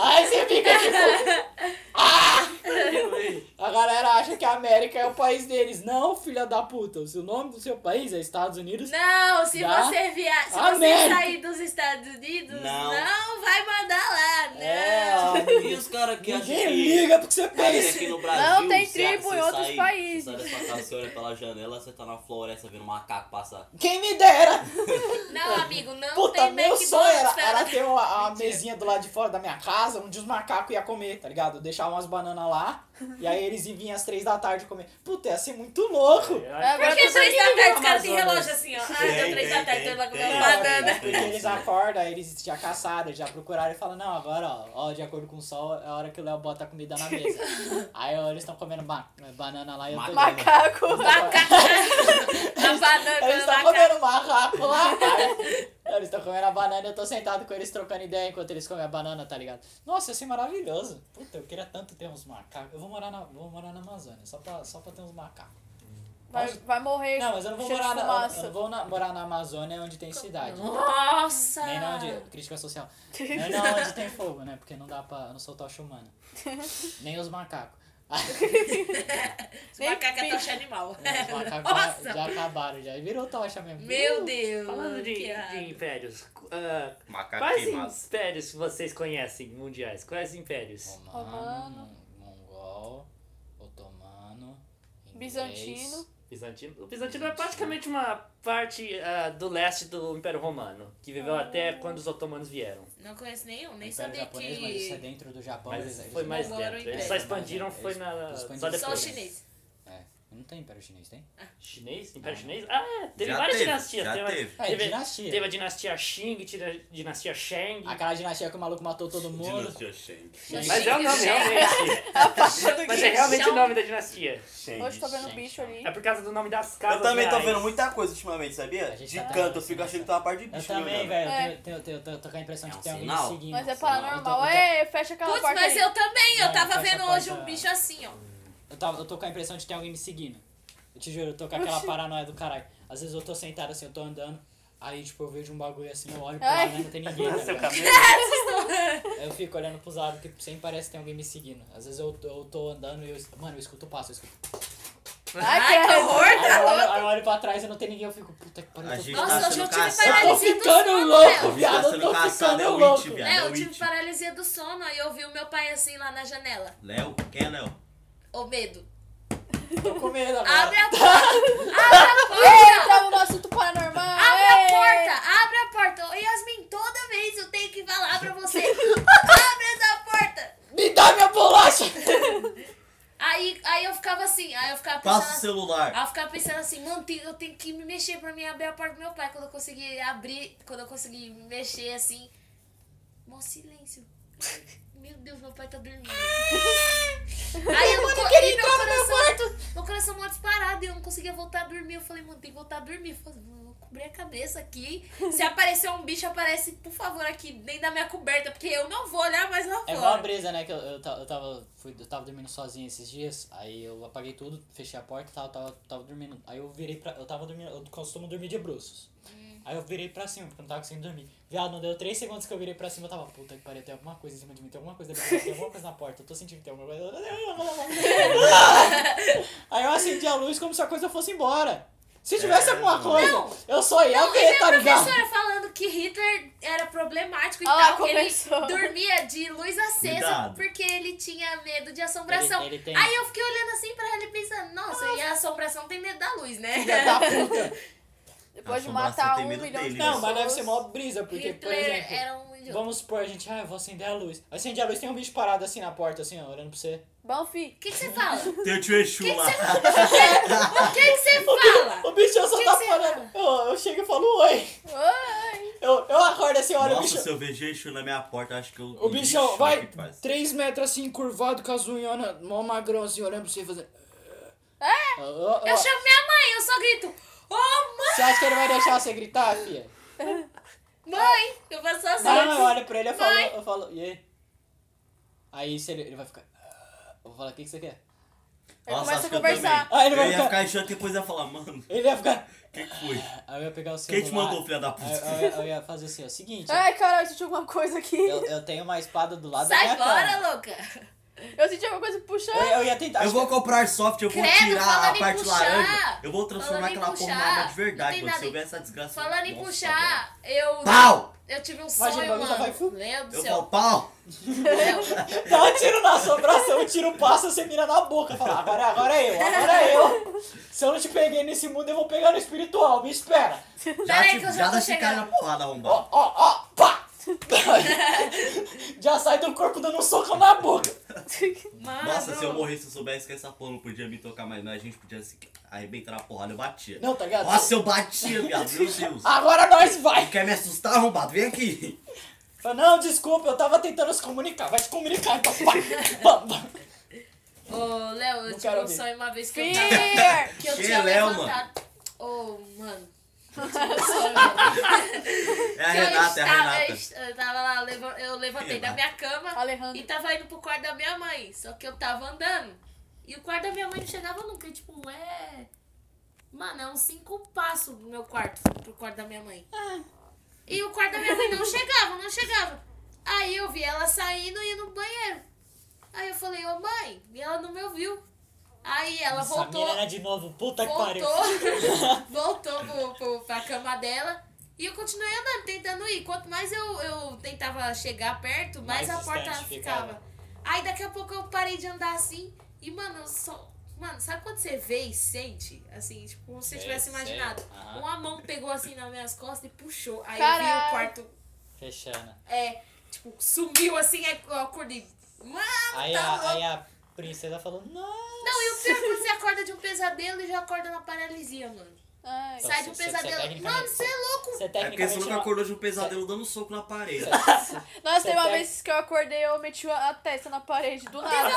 Aí você fica tipo... sei. A galera acha que a América é o país deles. Não, filha da puta. O seu nome do seu país é Estados Unidos. Não, se Da você vier, se você América. sair dos Estados Unidos, não, Não. vai mandar lá, não. É, ó. E os caras que acham que. Ninguém liga pro que você Cara, aqui pensa. no Brasil, Não tem se- tribo se em outros sair- países. se Sai da sua casa, você olha pela janela, você tá na floresta vendo um macaco passar. Quem me dera. Não, amigo, não Puta, tem meu McDonald's sonho era, pra- era ter uma, a Mentira. mesinha do lado de fora da minha casa, onde os macacos iam comer, tá ligado? Eu deixava umas bananas lá, e aí eles vinham às três da tarde comer. Puta, ia ser muito louco! Por Agora que eu tô três da tarde os caras têm tá Amazonas. relógio assim, ó? Ah, deu Tem, três da tem, tarde, tem, então vai comer tem. uma Não, banana. é. porque eles acordam, aí eles já caçaram, já procuraram e falam, não, agora, ó, ó, de acordo com o sol, é a hora que o Léo bota a comida na mesa. aí ó, eles estão comendo ba- banana lá e eu tô... Macaco. Macaco. Macaco. A Eles banana, estão macaco. comendo macaco lá, aí- Eles estão comendo a banana e eu tô sentado com eles trocando ideia enquanto eles comem a banana, tá ligado? Nossa, ia ser maravilhoso. Puta, eu queria tanto ter uns macacos. Eu vou morar na, vou morar na Amazônia, só pra, só pra ter uns macacos. Vai, vai morrer. Não, mas eu não vou cheio de morar na, eu fumaça. não vou na- morar na Amazônia onde tem cidade. Nossa! Nem na onde. Crítica social. Nem na onde tem fogo, né? Porque não dá pra não soltar tocha humana. Nem os macacos. Os Nem macacos é bicho. tocha animal. Os macacos Nossa! já, já acabaram, já virou tocha mesmo. Meu Deus! Falando de, piada. de impérios, ah, Macaco assim, quais queimado. impérios vocês conhecem mundiais? Quais impérios? Romano, mongol, otomano, inglês. É Bizantino. Bizantino. O Bizantino é praticamente uma parte ah, do leste do Império Romano, que viveu até Ah. quando os otomanos vieram. Não conheço nenhum, nem Império sabia japonês, mas isso é que. dentro do Japão. Mas eles- eles foi não- mais Mongol era o dentro. Eles império. só expandiram, Eles- foi na. eles Só expandiram. depois. Só chinês. É, não tem Império Chinês, tem? Chinês? Império chinês? Ah, teve várias teve, dinastias. já teve, teve. É, teve- dinastia. teve a dinastia Xing, tira- dinastia Shang. Aquela dinastia que o maluco matou todo mundo. Dinastia Shang. Mas é o nome, Xing. realmente. Mas é realmente o nome da dinastia. Shang. Hoje tô vendo Gente, bicho ali. É por causa do nome das casas. Eu também tô reais. vendo muita coisa ultimamente, sabia? A gente De tá canto, eu vendo fico essa achando que tem uma parte de Eu bicho. me também, olhando. velho. É. Eu, tenho- eu, tenho- eu, tenho- eu tô com a impressão É de um que tem alguém sinal. me seguindo. Mas é Eu paranormal. tô- eu tô- É, fecha aquela Putz, porta mas ali. eu também, eu Não, tava fecha a vendo porta. é. hoje um bicho assim, ó. Eu, tava, eu tô com a impressão de que tem alguém me seguindo. Eu te juro, eu tô com aquela Oxi. paranoia do caralho. Às vezes eu tô sentado assim, eu tô andando, aí tipo, eu vejo um bagulho assim, eu olho pro Ai. lado e não tem ninguém. Tá Seu ligado? cabelo. Aí eu fico olhando pros lados que sempre parece que tem alguém me seguindo. Às vezes eu, eu tô andando e eu. Mano, eu escuto o passo, eu escuto. Ai, Ai, que credo. horror, Aí tá eu louco? olho, aí eu olho pra trás e não tem ninguém, eu fico, puta que pariu, A eu tô gente ficando- tá Nossa, hoje eu sendo tive caçado. Eu tô paralisia do tá ficando sono, louco, meu. viado, Tá eu sendo tô caçado, é ficando o louco. It, viado. É, eu o tive It. paralisia do sono, aí eu vi o meu pai assim lá na janela. Léo? Quem é Léo? Ô, medo. Tô com Ah, medo agora. Abre a porta! Ei, tava no assunto paranormal. Abre a ei. porta! Abre a porta! Ô, Yasmin, toda vez eu tenho que falar pra você. Abre essa porta! Me dá minha bolacha! Aí, aí eu ficava assim, aí eu ficava pensando... Ah. Passa o celular. Aí eu ficava pensando assim, mano, tem- eu tenho que me mexer pra mim abrir a porta do meu pai. Quando eu consegui abrir, quando eu consegui me mexer assim. Mó silêncio. Meu Deus, meu pai tá dormindo. Aí eu não co- e meu coração, meu coração mó disparado e eu não conseguia voltar a dormir. Eu falei, mano, tem que voltar a dormir. Eu falei, mano, eu vou cobrir a cabeça aqui. Se aparecer um bicho, aparece, por favor, aqui dentro da minha coberta, porque eu não vou olhar mais lá É fora. uma brisa, né? Que eu, eu, ta- eu tava, fui, eu tava dormindo sozinho esses dias, aí eu apaguei tudo, fechei a porta e tal, tava, tava dormindo. Aí eu virei pra. Eu tava dormindo, eu costumo dormir de bruços. Hum. Aí eu virei pra cima, porque eu não tava conseguindo dormir. Viado, não deu três segundos que eu virei pra cima, eu tava, puta que pariu, tem alguma coisa em cima de mim, tem alguma coisa dentro de mim, tem alguma coisa na porta, eu tô sentindo que tem alguma coisa. Aí eu acendi a luz como se a coisa fosse embora. Se tivesse alguma coisa, Não. eu só ia Não, é ver, e tá a ligado? professora falando que Hitler era problemático e Ah, tal, que ele começou. dormia de luz acesa Cuidado. porque ele tinha medo de assombração. Ele- ele tem- Aí eu fiquei olhando assim pra ele pensando, nossa, e a assombração tem medo da luz, né? Filha da puta. Depois de Assombração matar tem um medo milhão de dele, né? pessoas. Não, mas deve ser mó brisa, porque, por Hitler exemplo. era um idiota. Vamos supor, a gente, ah, eu vou acender a luz. Acende a luz, tem um bicho parado assim na porta, assim, ó, olhando pra você. Bom, fi. O que que você fala? O Tem o tio Exu lá. que que você fala? O bicho só Que tá que você falando. Eu, eu chego e falo, oi. Oi. Eu, eu acordo assim, olha, o Nossa, bicho. se eu vejo Exu na minha porta, acho que eu. O bichão Ixi, vai é que faz. 3 metros assim, curvado, com as unhonas, mó magrão assim, olhando pra você e fazendo. É? Eu chamo minha mãe, eu só grito, ô mãe! Você acha que ele vai deixar você gritar, filha? Mãe! Eu faço assim. Não, eu olho pra ele eu falo, Mãe. eu falo, e aí? Aí se ele, ele vai ficar. "Ah", Eu vou falar, o que, que você quer? Aí Nossa, começa acho a que eu conversar. também. Ah, ele vai eu ia ficar- ficar achando que depois ia falar, mano, Ele vai ficar. "Ah." quem que foi? Aí eu ia pegar o celular. Quem te mandou, filha da Aí- puta? aí eu, ia- eu ia fazer assim, ó, o seguinte. Ai, caralho, senti alguma coisa aqui. Eu, eu tenho uma espada do lado da Sai minha fora, cama. louca! Eu senti alguma coisa Eu, puxando. eu ia tentar. Eu acho vou comprar soft, eu vou Credo, tirar falando a em parte puxar, laranja. Eu vou transformar falando em aquela porra puxar, numa de não verdade, tem mano. Se nada eu em- ver essa desgraça. Falando em Nossa, puxar, eu. velho. Pau! Eu tive um Imagina, sonho, o bagulho só vai fu- mano. Meu Deus do Eu céu. falo, pau! que- Dá um tiro na assombração, um tiro passa, você mira na boca. Fala, agora, agora é eu, agora é eu. Se eu não te peguei nesse mundo, eu vou pegar no espiritual, me espera. Já, Peraí te, que eu já já tô dá esse cara na chegando. porrada, arrombado. Ó, ó, ó, pá! Já sai do corpo dando um soco na boca. Mano. Nossa, se eu morresse, se eu soubesse que essa porra não podia me tocar mais, não, a gente podia se arrebentar na porrada, eu batia. Não, tá ligado? Nossa, eu batia, viado, meu Deus. Agora nós vai! Quer me assustar, arrombado? Vem aqui. Fala, Não, desculpa, eu tava tentando se comunicar. Vai se comunicar, então. Pá, pá, pá. Ô, Léo, eu Não tive quero um ouvir. sonho uma vez que eu tava. Fear! Que eu Que tinha Léo, levantado. Ô, mano. Eu tive um sonho, mano. É a Que eu Renata, é estava- a eu Renata. est- Eu tava lá, levan- eu levantei da Renata. minha cama e Alejandro. tava indo pro quarto da minha mãe. Só que eu tava andando. E o quarto da minha mãe não chegava nunca. e, Tipo, é. Mano, é uns cinco passos do meu quarto pro quarto da minha mãe. Ah. E o quarto da minha mãe não chegava, não chegava. Aí eu vi ela saindo e ia no banheiro. Aí eu falei, ô mãe, e ela não me ouviu. Aí ela Essa voltou mina era de novo, puta que pariu. voltou, voltou pro, pro, pra cama dela. E eu continuei andando, tentando ir. Quanto mais eu, eu tentava chegar perto, mais, Mais a porta distante ficava. ficava. Aí daqui a pouco eu parei de andar assim. E, mano, eu só. Mano, sabe quando você vê e sente? Assim, tipo, como se você Sei, tivesse sei. imaginado. Aham. Uma mão pegou assim nas minhas costas e puxou. Aí eu vi Caralho. o quarto, Fechando. é, tipo, sumiu assim, aí eu acordei. Mano, Aí tá a, louco. aí a princesa falou, não. Não, e o pior é quando você acorda de um pesadelo e já acorda na paralisia, mano. Ai. Sai de um Então, você- você pesadelo. tecnicamente- Mano, você é louco, Você É porque você tecnicamente nunca não... acordou de um pesadelo dando soco na parede. Nossa, teve uma Você vez que eu acordei, eu meti a testa na parede, do nada.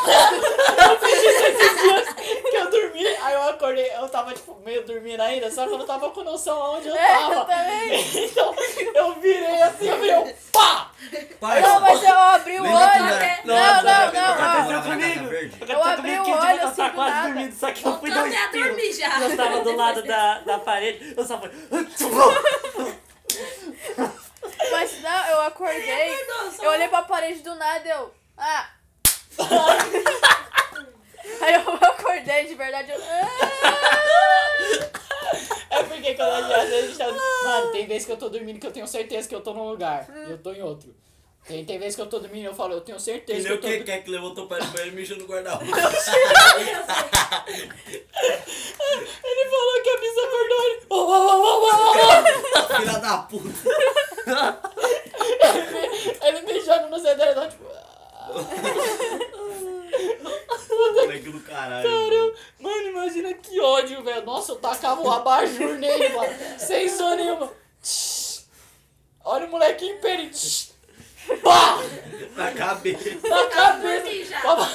que eu dormi, aí eu acordei, eu tava tipo meio dormindo ainda, só que eu não tava com noção aonde eu É, eu tava. também. então eu virei assim, eu virei um pá! É Para, Não, mas eu abri o olho. Lembra né? quando era- Não, não, não. não. Aconteceu comigo. Verde. Eu abri o olho eu assim tava do quase nada. dormindo, só que eu fui Voltou dar um até a espirro. dormir já. Eu tava do lado da, da parede, eu só fui. Mas não, eu acordei. Eu olhei pra parede do nada e eu. Ah! Aí eu acordei de verdade. Eu, ah! É porque quando a gente, às vezes, a gente tá. Mano, tem vezes que eu tô dormindo que eu tenho certeza que eu tô num lugar e eu tô em outro. Tem, tem vezes que eu tô dormindo e eu falo, eu tenho Que certeza nem que eu o tô. que que é que levantou para o banheiro e mijou no guarda-roupa. Ele falou que a Bisa acordou ele. Oh, oh, oh, oh, Filha da puta. oh, oh. Ele mijando no cedaredor, tipo. Moleque do caralho. mano. Mano, imagina que ódio, velho. Nossa, eu tacava o abajur nele, mano. Sem som nenhuma. Tsh. Olha o moleque em pele. Tsh. Pá! Na cabeça. Na dormi cabeça. já. Pá, pá.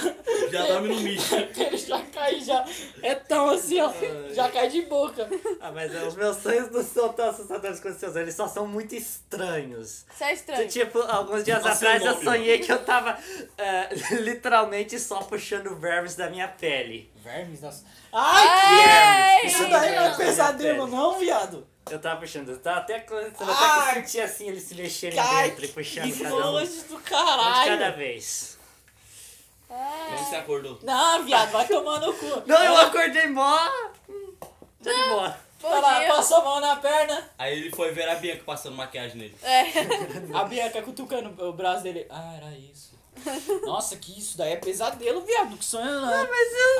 Já dorme no mijo. Ele já cai, já. É tão assim, ó. Já cai de boca. Ah, mas é, os meus sonhos não são tão assustadores quanto os seus, eles só são muito estranhos. Isso é estranho. Tipo, alguns dias Nossa, atrás eu enorme, sonhei que eu tava é, literalmente só puxando vermes da minha pele. Vermes, nossa. Ai, que... Ei! Isso daí não é Ai, pesadelo, velho. não, viado. Eu tava puxando, eu tava até, quando- eu até Ai, que senti assim eles se mexerem Cai. dentro e puxando Que cada um. Um nojo do de cada caralho. vez. Mas Você acordou. Não, viado, vai tomar no cu. Não, eu acordei mó. Já de boa. Bom Vai lá, dia. Passou a mão na perna. Aí ele foi ver a Bianca passando maquiagem nele. É. A Bianca cutucando o braço dele. Ah, era isso. Nossa, que isso daí é pesadelo, viado. Que sonho não é.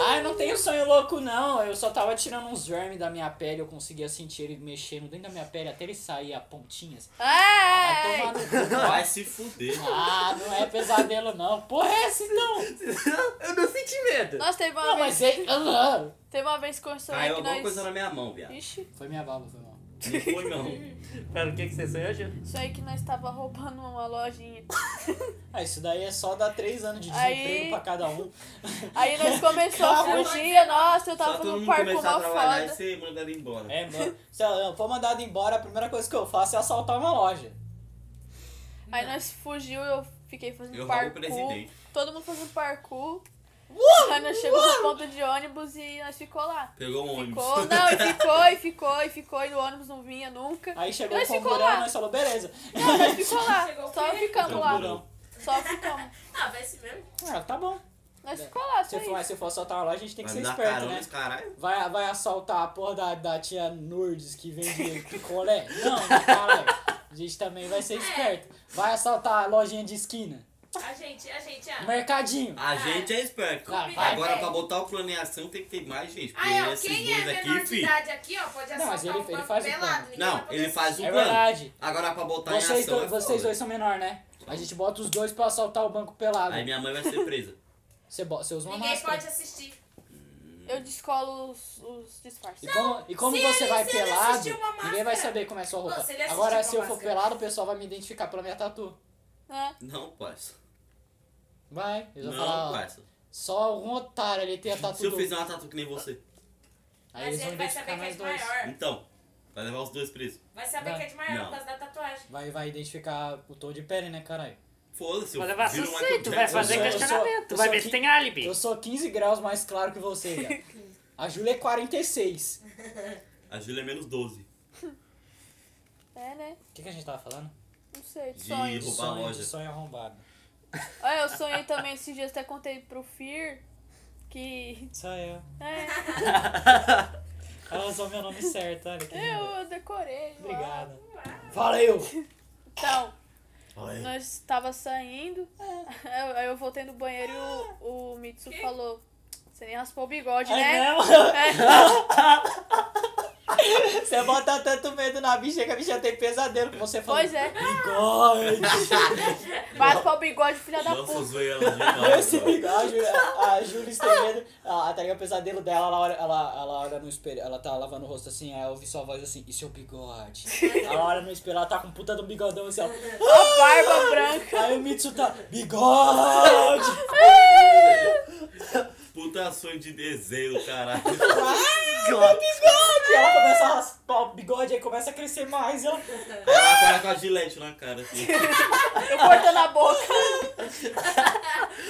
Ah, eu não tenho sonho louco, não. Eu só tava tirando uns vermes da minha pele. Eu conseguia sentir ele mexendo dentro da minha pele até ele sair a pontinhas. Vai Ai! tomar no cu. Vai se fuder. Ah, não é pesadelo, não. Porra, é esse não. Eu não senti medo. Nossa, teve uma Não, vez. mas é. Ah, Teve uma vez que eu sonhei Caiu que alguma nós. Ah, coisa na minha mão, viado. Ixi, Foi minha baba, foi mal. Não foi não. Pera, o que, que você sonhou, Gil? sonhei que nós tava roubando uma lojinha. Ah, isso daí é só dar três anos de Aí- desemprego pra cada um. Aí nós começou a Calma. fugir, nossa, eu é Só tava todo no mundo parque começar uma a trabalhar e foda. você manda ele embora. É, mano. Se eu for mandado embora, a primeira coisa que eu faço é assaltar uma loja. Aí nós fugiu, eu fiquei fazendo Eu roubo o parkour. presidente. Todo mundo fazendo parkour. Aí nós chegamos no ponto de ônibus e nós ficou lá. Pegou um ônibus. Ficou, não, e ficou, e ficou, e ficou, e o ônibus não vinha nunca. Aí chegou Nós o ficou camburão e lá. nós falou, beleza. Não, nós ficou lá. Chegou o Só Tá quê? ficamos lá. Camburão. Só ficamos. Ah, vai se mesmo. Ah, tá bom. Nós ficou lá, Se só eu, for, isso. se eu for assaltar uma loja, a gente tem que Vai me ser dar esperto, carona né? esse caralho. Vai, vai assaltar a porra da, da tia Lourdes que vende picolé? Não, né, caralho. A gente também vai ser esperto. Vai assaltar a lojinha de esquina. A gente, a gente, ah. Mercadinho. A gente é esperto. Ah, vai, Agora, velho. pra botar o plano em ação, tem que ter mais gente. Porque Aí, ó, esses quem é dois menor aqui, de filho. idade aqui, ó, pode Não, mas assaltar ele- o ele banco faz o pelado. plano. ninguém vai Não, poder ele faz um É plano. verdade. Agora, pra botar em Vocês, ação. dois, é vocês foda. dois são menor, né? A gente bota os dois pra assaltar o banco pelado. Aí minha mãe vai ser presa. Você, bo- você usa uma Ninguém máscara. pode assistir. Eu descolo os, os disfarces. E como, e como se você ele- vai se ele pelado, assistir uma ninguém vai máscara. saber como é sua roupa. Não, se ele assistir Agora, uma se eu for máscara. pelado, o pessoal vai me identificar pela minha tatu. né? Não, parça. Vai. Eles vão falar, Não, ó, parça. só algum otário ali tem a tatu Se eu do- fizer uma tatu que nem você. Aí eles Mas vão ele vai saber identificar que é mais de dois. maior. Então, vai levar os dois presos. Vai saber Vai. que é de maior Não. por causa da tatuagem. Vai, vai identificar o tom de pele, né, caralho? Foda-se, eu Vai levar viro um né? o sucesso, Michael tu vai Jackson. fazer Eu sou- questionamento. eu vai sou ver aqui- se tem álibi. Eu sou 15 graus mais claro que você, viado. A Júlia é 46. A Júlia é menos 12. É, né? O que, que a gente tava falando? Não sei, De sonho. roubar a sonho, loja. de sonho arrombado. Olha, eu sonhei também esses dias, até contei pro Fear que. Só eu. É, Ela usou meu nome certo, olha que lindo. eu decorei. lá. Obrigada. Fala eu! Então, Olha aí. nós tava saindo, aí eu- aí eu voltei no banheiro e o, o Mitsu falou: Você nem raspou o bigode, Ai, né? Ah, não! É, Você bota tanto medo na bicha que a bicha tem pesadelo com você falando. pois é, Bigode! raspa o bigode, filha da Nossa, puta. zoei ela demais. Esse bigode, a Júlia- a Júlia escrevendo, a, tá ligado o pesadelo dela, ela olha, ela, ela olha no espelho, ela tá lavando o rosto assim, aí eu ouvi sua voz assim, e seu bigode? ela olha no espelho, ela tá com um puta de um bigodão assim, ó. A barba branca. Aí o Mitsu tá, bigode! Puta sonho de desenho, caralho. E ela começa a raspar o bigode, aí começa a crescer mais, e ela, Ela acorda com a gilete na cara. Assim. Eu cortando a boca.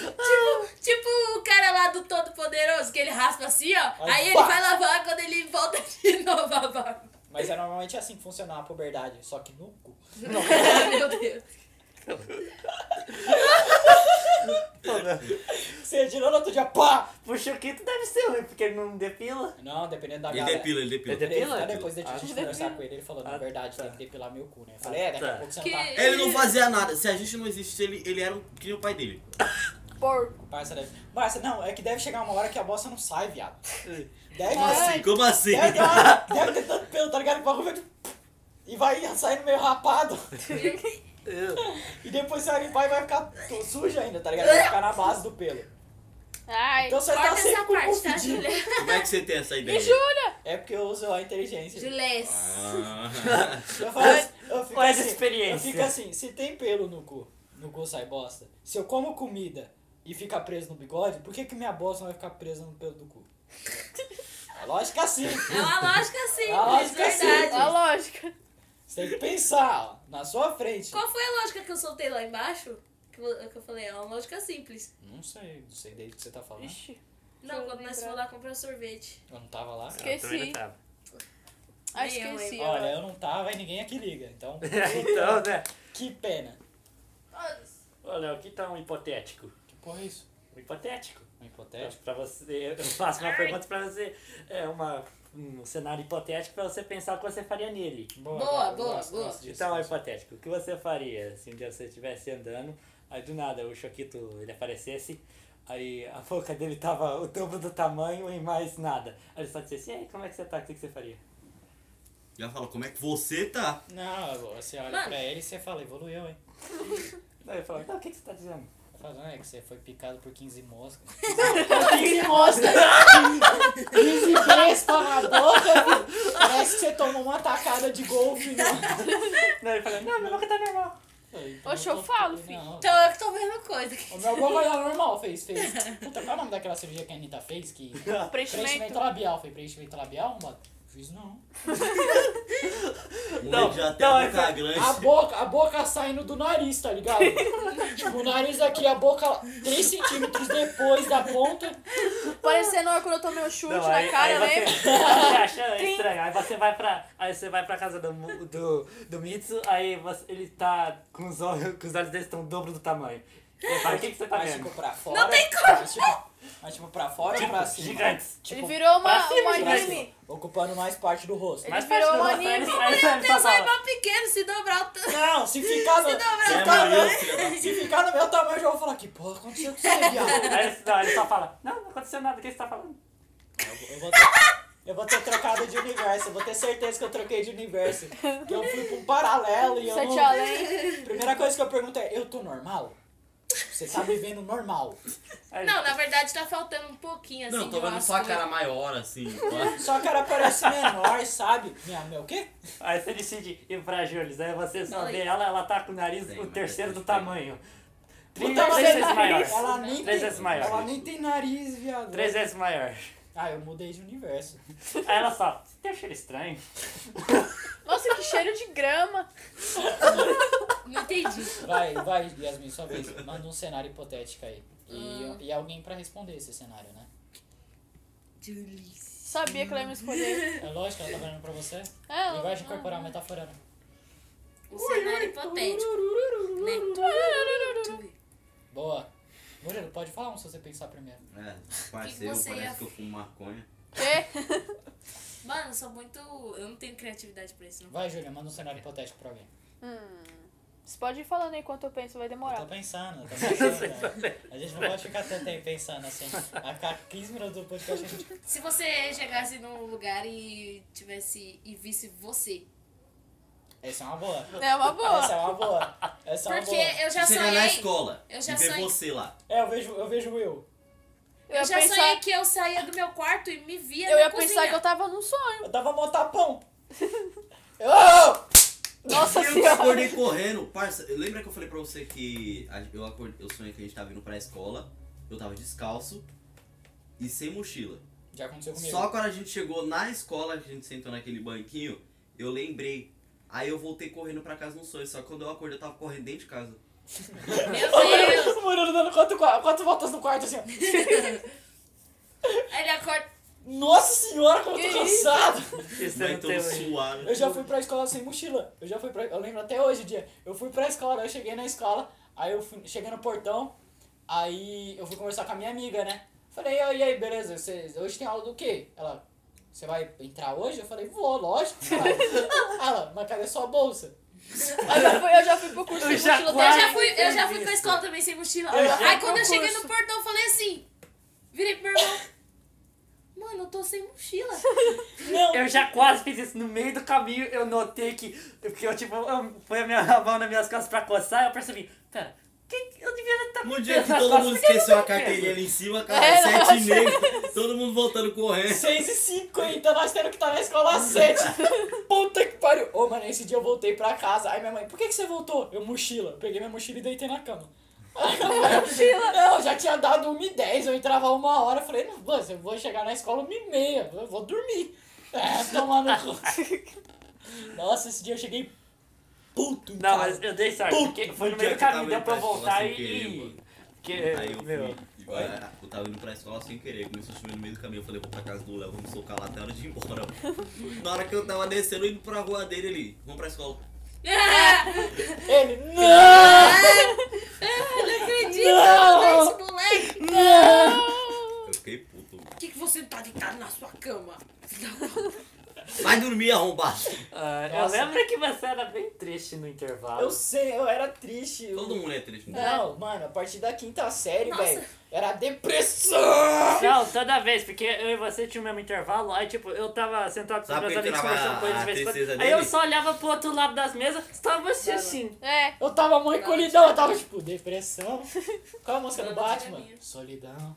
Tipo, tipo o cara lá do Todo Poderoso, que ele raspa assim, ó. Aí, Aí ele pá. vai lavar quando ele volta de novo a barba. Mas é normalmente assim que funciona a puberdade, só que no cu. Meu Deus. Você tirou no outro dia, pá! O Chuquito deve ser ruim, porque ele não depila. Não, dependendo da Ele galera. depila, ele depila. Ele Ele, Depila? até depois de a gente Ah, conversar com ele, ele falou, na Ah, verdade, tá. tem que depilar meu cu, né? Eu falei, é, daqui a tá. pouco você Que- não tá... Ele não fazia nada. Se a gente não existisse, ele, ele era um, que nem o pai dele. Porco. Parça, deve... Parça, não, é que deve chegar uma hora que a bosta não sai, viado. Deve, Como assim? Como assim? deve, ter, uma- deve ter tanto pelo, tá ligado? O bagulho vai de- E vai saindo meio rapado. E depois você vai limpar e vai ficar tu- sujo ainda, tá ligado? Vai ficar na base do pelo. Ai. Então você Corta tá sempre essa com o parte, cu tá, fedido. Julia? Como é que você tem essa ideia? Me jura? É porque eu uso a inteligência. Julés. Ah. Eu, faço, eu fico Olha essa assim, experiência. Eu fico assim, se tem pelo no cu, no cu sai bosta. Se eu como comida e fica preso no bigode, por que que minha bosta não vai ficar presa no pelo do cu? É lógica assim. É uma lógica simples, Uma lógica verdade. A lógica. Você tem que pensar, ó, na sua frente. Qual foi a lógica que eu soltei lá embaixo? Que eu, que eu falei, é uma lógica simples. Não sei, não sei desde que você tá falando. Ixi, Não, eu quando nós lembrar. fomos lá comprar um sorvete. Eu não tava lá. Eu também não esqueci. tava. Ah, Nem eu, hein? esqueci. Olha, eu não tava e ninguém aqui liga, então então, né? que pena. Olha, o que tá um hipotético? Que porra é isso? Um hipotético. Então, Um hipotético? Pra você, eu faço uma pergunta pra você. É uma, um cenário hipotético pra você pensar o que você faria nele. Boa, eu boa, gosto, boa. gosto disso, Então, é gosto. hipotético. O que você faria se um dia você estivesse andando, aí do nada o Choquito ele aparecesse, aí a boca dele tava o dobro do tamanho e mais nada. Aí ele só dissesse, e aí, como é que você tá? O que que você faria? Já fala, como é que você tá? Não, você olha Mano. pra ele e você fala, evoluiu, hein? Aí ele falou, não, o que, que você tá dizendo? Tá Falando é que você foi picado por 15 moscas. 15 moscas! 15 vespa na boca, filho. Parece que você tomou uma tacada de golfe, né? não. Não, ele falou, não, minha boca tá normal. Oxe, eu falo, filho. Não. Então eu que tô vendo coisa. O meu avô vai dar normal, fez, fez. Puta, qual é o nome daquela cirurgia que a Anitta fez? Que... Preenchimento Preenchimento. labial. Foi preenchimento labial, mano? Fiz não. O Não, moleque já tem um não, a boca é- A grande. boca, a boca saindo do nariz, tá ligado? tipo, o nariz aqui, a boca 3 centímetros depois da ponta. Parecendo eu quando eu tomei um chute Não, na aí, cara, né? aí lembra? você, você acha Trim. estranho. Aí você vai pra, aí você vai pra casa do, Mu- do, do Mitsu, aí você- ele tá com os olhos, com os olhos dele estão o dobro do tamanho. Ele fala, o que, que você tá Mas vendo? tipo pra fora. Não tem como! Mas tipo, mas, tipo, pra fora ou pra cima? Gigantes. ele virou uma, pra cima um de baixo. anime. Ocupando mais parte do rosto. Ele virou um anime. né? é Deus, vai pra pequeno, se dobrar o tanto. Não, se ficar no, se dobrar. ficar É, no, se ficar no meu tamanho, eu já vou falar que porra aconteceu com você, viado. Aí ele- não, ele só fala, não, não aconteceu nada, o que você tá falando? Eu vou- Eu vou, ter, eu vou ter trocado de universo, eu vou ter certeza que eu troquei de universo. Que eu fui pra um paralelo e eu Sete não... além. Primeira coisa que eu pergunto é, eu tô normal? Você tá vivendo normal. Aí ele- Não, na verdade tá faltando um pouquinho assim. Não, tô de vendo umas só a coisas. cara maior, assim. Só que ela parece menor, sabe? Minha, meu, o quê? Aí você decide ir pra Jules, aí você só Não, vê isso. ela, ela tá com o nariz Tem, o mas terceiro é do diferente. tamanho. Puta, Três mas três vezes ela- maior. Então, Ela nem, Três tem, vezes maior. ela nem tem nariz, viado. Três vezes maior. Ah, eu mudei de universo. Aí ela só, você tem um cheiro estranho? Nossa, que cheiro de grama. Não entendi. Vai, vai, Yasmin, sua vez. Manda um cenário hipotético aí. E, e alguém pra responder esse cenário, né? Julice. Sabia que ela ia me escolher. É lógico, ela tá falando pra você. É, Linguagem corporal metaforando. Um cenário hipotético. Né? Boa. Murilo, pode falar um se você pensar primeiro. É, parceiro, parceiro, você parece ia- parece que que eu fumo maconha. Quê? Mano, eu sou muito. Eu não tenho criatividade pra isso, não. Vai, Júlia, manda um cenário hipotético pra alguém. Hum. Você pode ir falando enquanto eu penso, vai Eu tô demorar. pensando, eu tô pensando. A gente não pode ficar tanto tempo pensando assim. A cada 15 minutos do podcast a gente. Se você chegasse num lugar e tivesse. e visse você. Essa é uma boa. É uma Essa boa. é uma boa. Essa é uma Porque boa. eu já Chegar na sonhei. escola Eu já e ver sonhei- você lá. É, eu vejo, eu vejo o Will. ia Eu já pensar- sonhei que eu saía do meu quarto e me via Eu na ia pensar cozinha. que eu tava num sonho. Eu dava mó tapão. Eu- Nossa Eu senhora. acordei correndo, parça. Lembra que eu falei pra você que a- eu, acordei, eu sonhei que a gente tava indo pra escola, eu tava descalço e sem mochila. Já aconteceu comigo. Só quando a gente chegou na escola, que a gente sentou naquele banquinho, eu lembrei. Aí eu voltei correndo pra casa no sonho, só que quando eu acordei eu tava correndo dentro de casa. Meu O Deus! Murilo- o Murilo dando quatro, quatro voltas no quarto assim, ó. Aí ele acorda. Nossa senhora, como eu Que tô cansado! Isso eu Mas não tô tenho. suado. Eu já fui pra escola sem mochila. Eu já fui pra. Eu lembro até hoje o dia. Eu fui pra escola, eu cheguei na escola, aí eu fui, cheguei no portão, aí eu fui conversar com a minha amiga, né? Falei, "Ô, e aí, beleza? Você, hoje tem aula do quê? Ela, você vai entrar hoje? Eu falei, vou, lógico. Ela, Ela, mas cadê sua bolsa? Eu já fui, eu já fui pro curso de Eu já mochila Eu quase- até já fui, eu já fui pra escola também sem mochila. Eu já Aí quando eu concurso. cheguei no portão, eu falei assim. Virei pro meu irmão. Mano, eu tô sem mochila. Não, Eu já quase fiz isso no meio do caminho, eu notei que, que eu tipo, eu- foi a minha a mão nas minhas costas pra coçar, eu percebi, pera, que, que eu devia tá estar No Um dia que todo mundo esqueceu a carteirinha ali em cima, cara, É, sete e meio, todo mundo voltando correndo. 6h50, Então nós temos que estar na escola às 7. Puta que pariu. Ô, mano, esse dia eu voltei pra casa. Aí minha mãe, por que, que você voltou? Eu, mochila. Eu peguei minha mochila e deitei na cama. mochila? Não, já tinha dado 1h10, eu entrava uma hora. Eu falei, não, mano, eu vou chegar na escola 1h30, eu vou dormir. É, tomar no cu. Nossa, esse dia eu cheguei puto em Não, casa. mas eu dei sorte, Puta, porque foi no o meio um dia do que eu caminho, tava deu indo pra eu pra escola voltar sem e... querer, e- mano. Que, Aí eu meu, fui, eu tava indo pra escola sem querer, começou a chover no meio do caminho, eu falei, vou pra casa do Léo, vamos socar lá até a hora de ir embora. mano. Na hora que eu tava descendo, indo pra rua dele ali, vamos pra escola. Ele, não! Eu não acredito, Não! esse moleque. Não! Eu fiquei puto. mano. Por que, que você não tá deitado na sua cama? Vai dormir, arrombado. ah, eu Nossa. lembro que você era bem triste no intervalo. Eu sei, eu era triste. Um eu- Todo mundo é triste, né? Não, mano, a partir da quinta série, Nossa. velho, era depressão! Não, toda vez, porque eu e você tinha o mesmo intervalo, aí tipo, eu tava sentado com os Sabe meus quem amigos tirava conversando com eles de a vez em quando, tristeza aí eu dele? só olhava pro outro lado das mesas, estava você assim. É. Eu tava mó encolhidão, eu tava tipo, depressão. Qual a música do Batman? Solidão.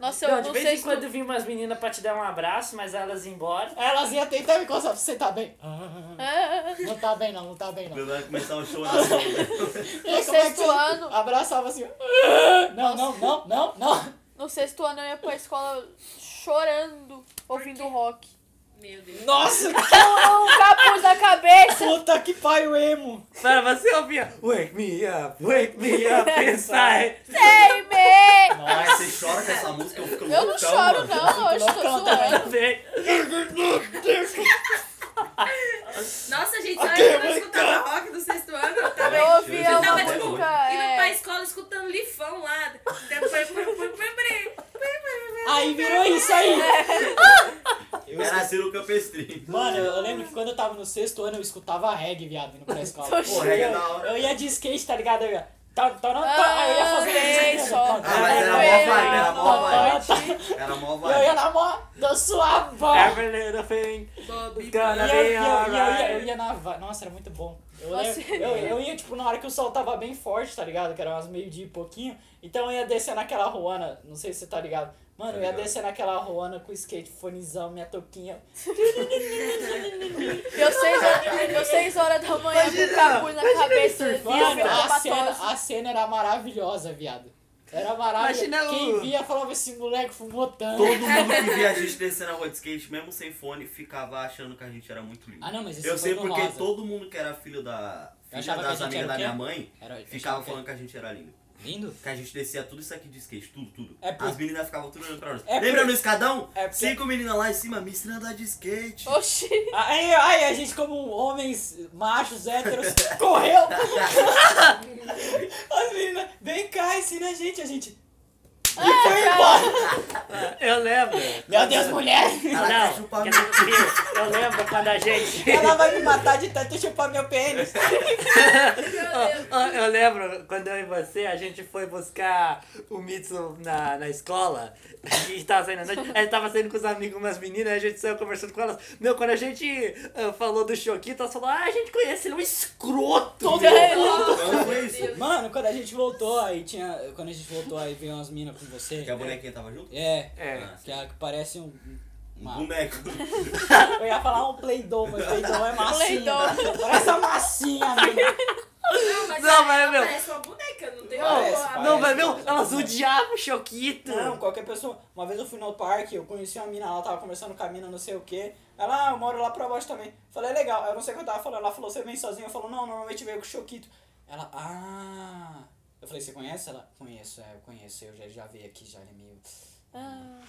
Nossa, eu Então, Não, não, de sei vez em se quando vinha umas meninas pra te dar um abraço, mas elas iam embora. Aí elas iam tentar me coçar, você tá bem? Ah, Ah, não tá bem não, não tá bem não. Meu Deus, começar a chorar. E No aí, como é que sexto você ano. Abraçava assim, ah, não, não, não, não, não. No sexto ano eu ia pra escola chorando, ouvindo rock. Meu Deus. Nossa, Com um capuz na cabeça. puta que pariu emo. Cara, você ouvia Wake me up, wake me up inside. Ei, me! Mas você chora com essa música, eu fico Eu não loucão, choro, mano. não. Hoje tô loucão também. zoando. Também. Nossa, gente, olha que eu escutava rock do sexto ano. Eu tava... Eu ouvia Você uma tava de música. Indo pra É... escola, Então, Aí virou isso aí. Eu era assim Ciro Campestrinho. Mano, eu eu lembro que quando eu tava no sexto ano, eu escutava reggae, viado, indo pra escola. Tô Pô, reggae é da eu, hora. eu ia de skate, tá ligado? Eu ia... Tá, tá, não, tá. Aí eu ia fazer Andei isso. Ah, só. Ah, mas era mó Era vibe, Ah, era mó vibe. Era mó Eu ia vibe. na mó, do suavão. Every thing E is eu, gonna e be eu- e eu ia, eu alright. ia na. va- Nossa, era muito bom. Eu, Nossa. lembro- eu, eu ia, tipo, na hora que o sol tava bem forte, tá ligado? Que era umas meio-dia e pouquinho. Então eu ia descer naquela ruana, não sei se você tá ligado. Mano, Tá eu ia ligado. descer naquela ruana com o skate, fonezão, minha touquinha. Deu seis, horas, deu seis horas da manhã com o capuz na cabeça. Mano, a cena, Mano, a cena era maravilhosa, viado. Era maravilhosa. Imagina o- Quem via falava esse moleque fumou tanto. Todo mundo que via a gente descendo a rua de skate, mesmo sem fone, ficava achando que a gente era muito lindo. Ah, não, mas esse Eu sei foi do porque rosa. todo mundo que era filho da. Filha achava que a das gente amigas era da o quê? minha mãe Era- eu ficava achava que- falando que a gente era lindo. Lindo? Que a gente descia tudo isso aqui de skate, tudo, tudo. É por- As meninas ficavam tudo olhando pra nós. É por- Lembra no escadão? É por- Cinco meninas lá em cima, me ensina a andar de skate. Oxi. Aí, aí a gente, como homens machos, héteros, correu! As meninas, vem cá, ensina a gente, a gente. E foi embora! Eu lembro. Meu Deus, mulher! Caraca, chupa meu Quer dizer, Eu lembro quando a gente. Tá Ela vai me matar de tanto chupar meu pênis! Ó, ó, Ah, eu lembro quando eu e você, a gente foi buscar o Mitsu na, na escola. E tava saindo à noite. A gente tava saindo com os amigos, umas meninas, a gente saiu conversando com elas. Meu, quando a gente ah, falou do Choquito, elas falaram: Ah, a gente conhece ele, é um escroto! Não Então foi isso. Mano, quando a gente voltou, aí tinha. Quando a gente voltou, aí veio umas minas com você. Que um a bonequinha tava junto? É, É. que, a- que parece um. uma- Boneco. Eu ia falar um Play-Doh, mas Play-Doh é massinha. Play-Doh. Parece uma massinha, mina. Não, mas Não, ela mas, meu- parece uma boneca, não tem Parece, uma- parece. Não, mas meu, elas odiavam o Choquito! é Não, qualquer pessoa. Uma vez eu fui no parque, eu conheci uma mina, ela tava conversando com a mina, não sei o quê. Ela, ah, eu moro lá pra baixo também. Falei, "É legal. Eu não sei o que eu tava falando. Ela falou, você vem sozinha? Eu falo, não, normalmente veio com o Choquito. Ela, ah. Eu falei, você conhece? Ela, conheço, é, eu conheço, eu já, já veio aqui, já ele é meio.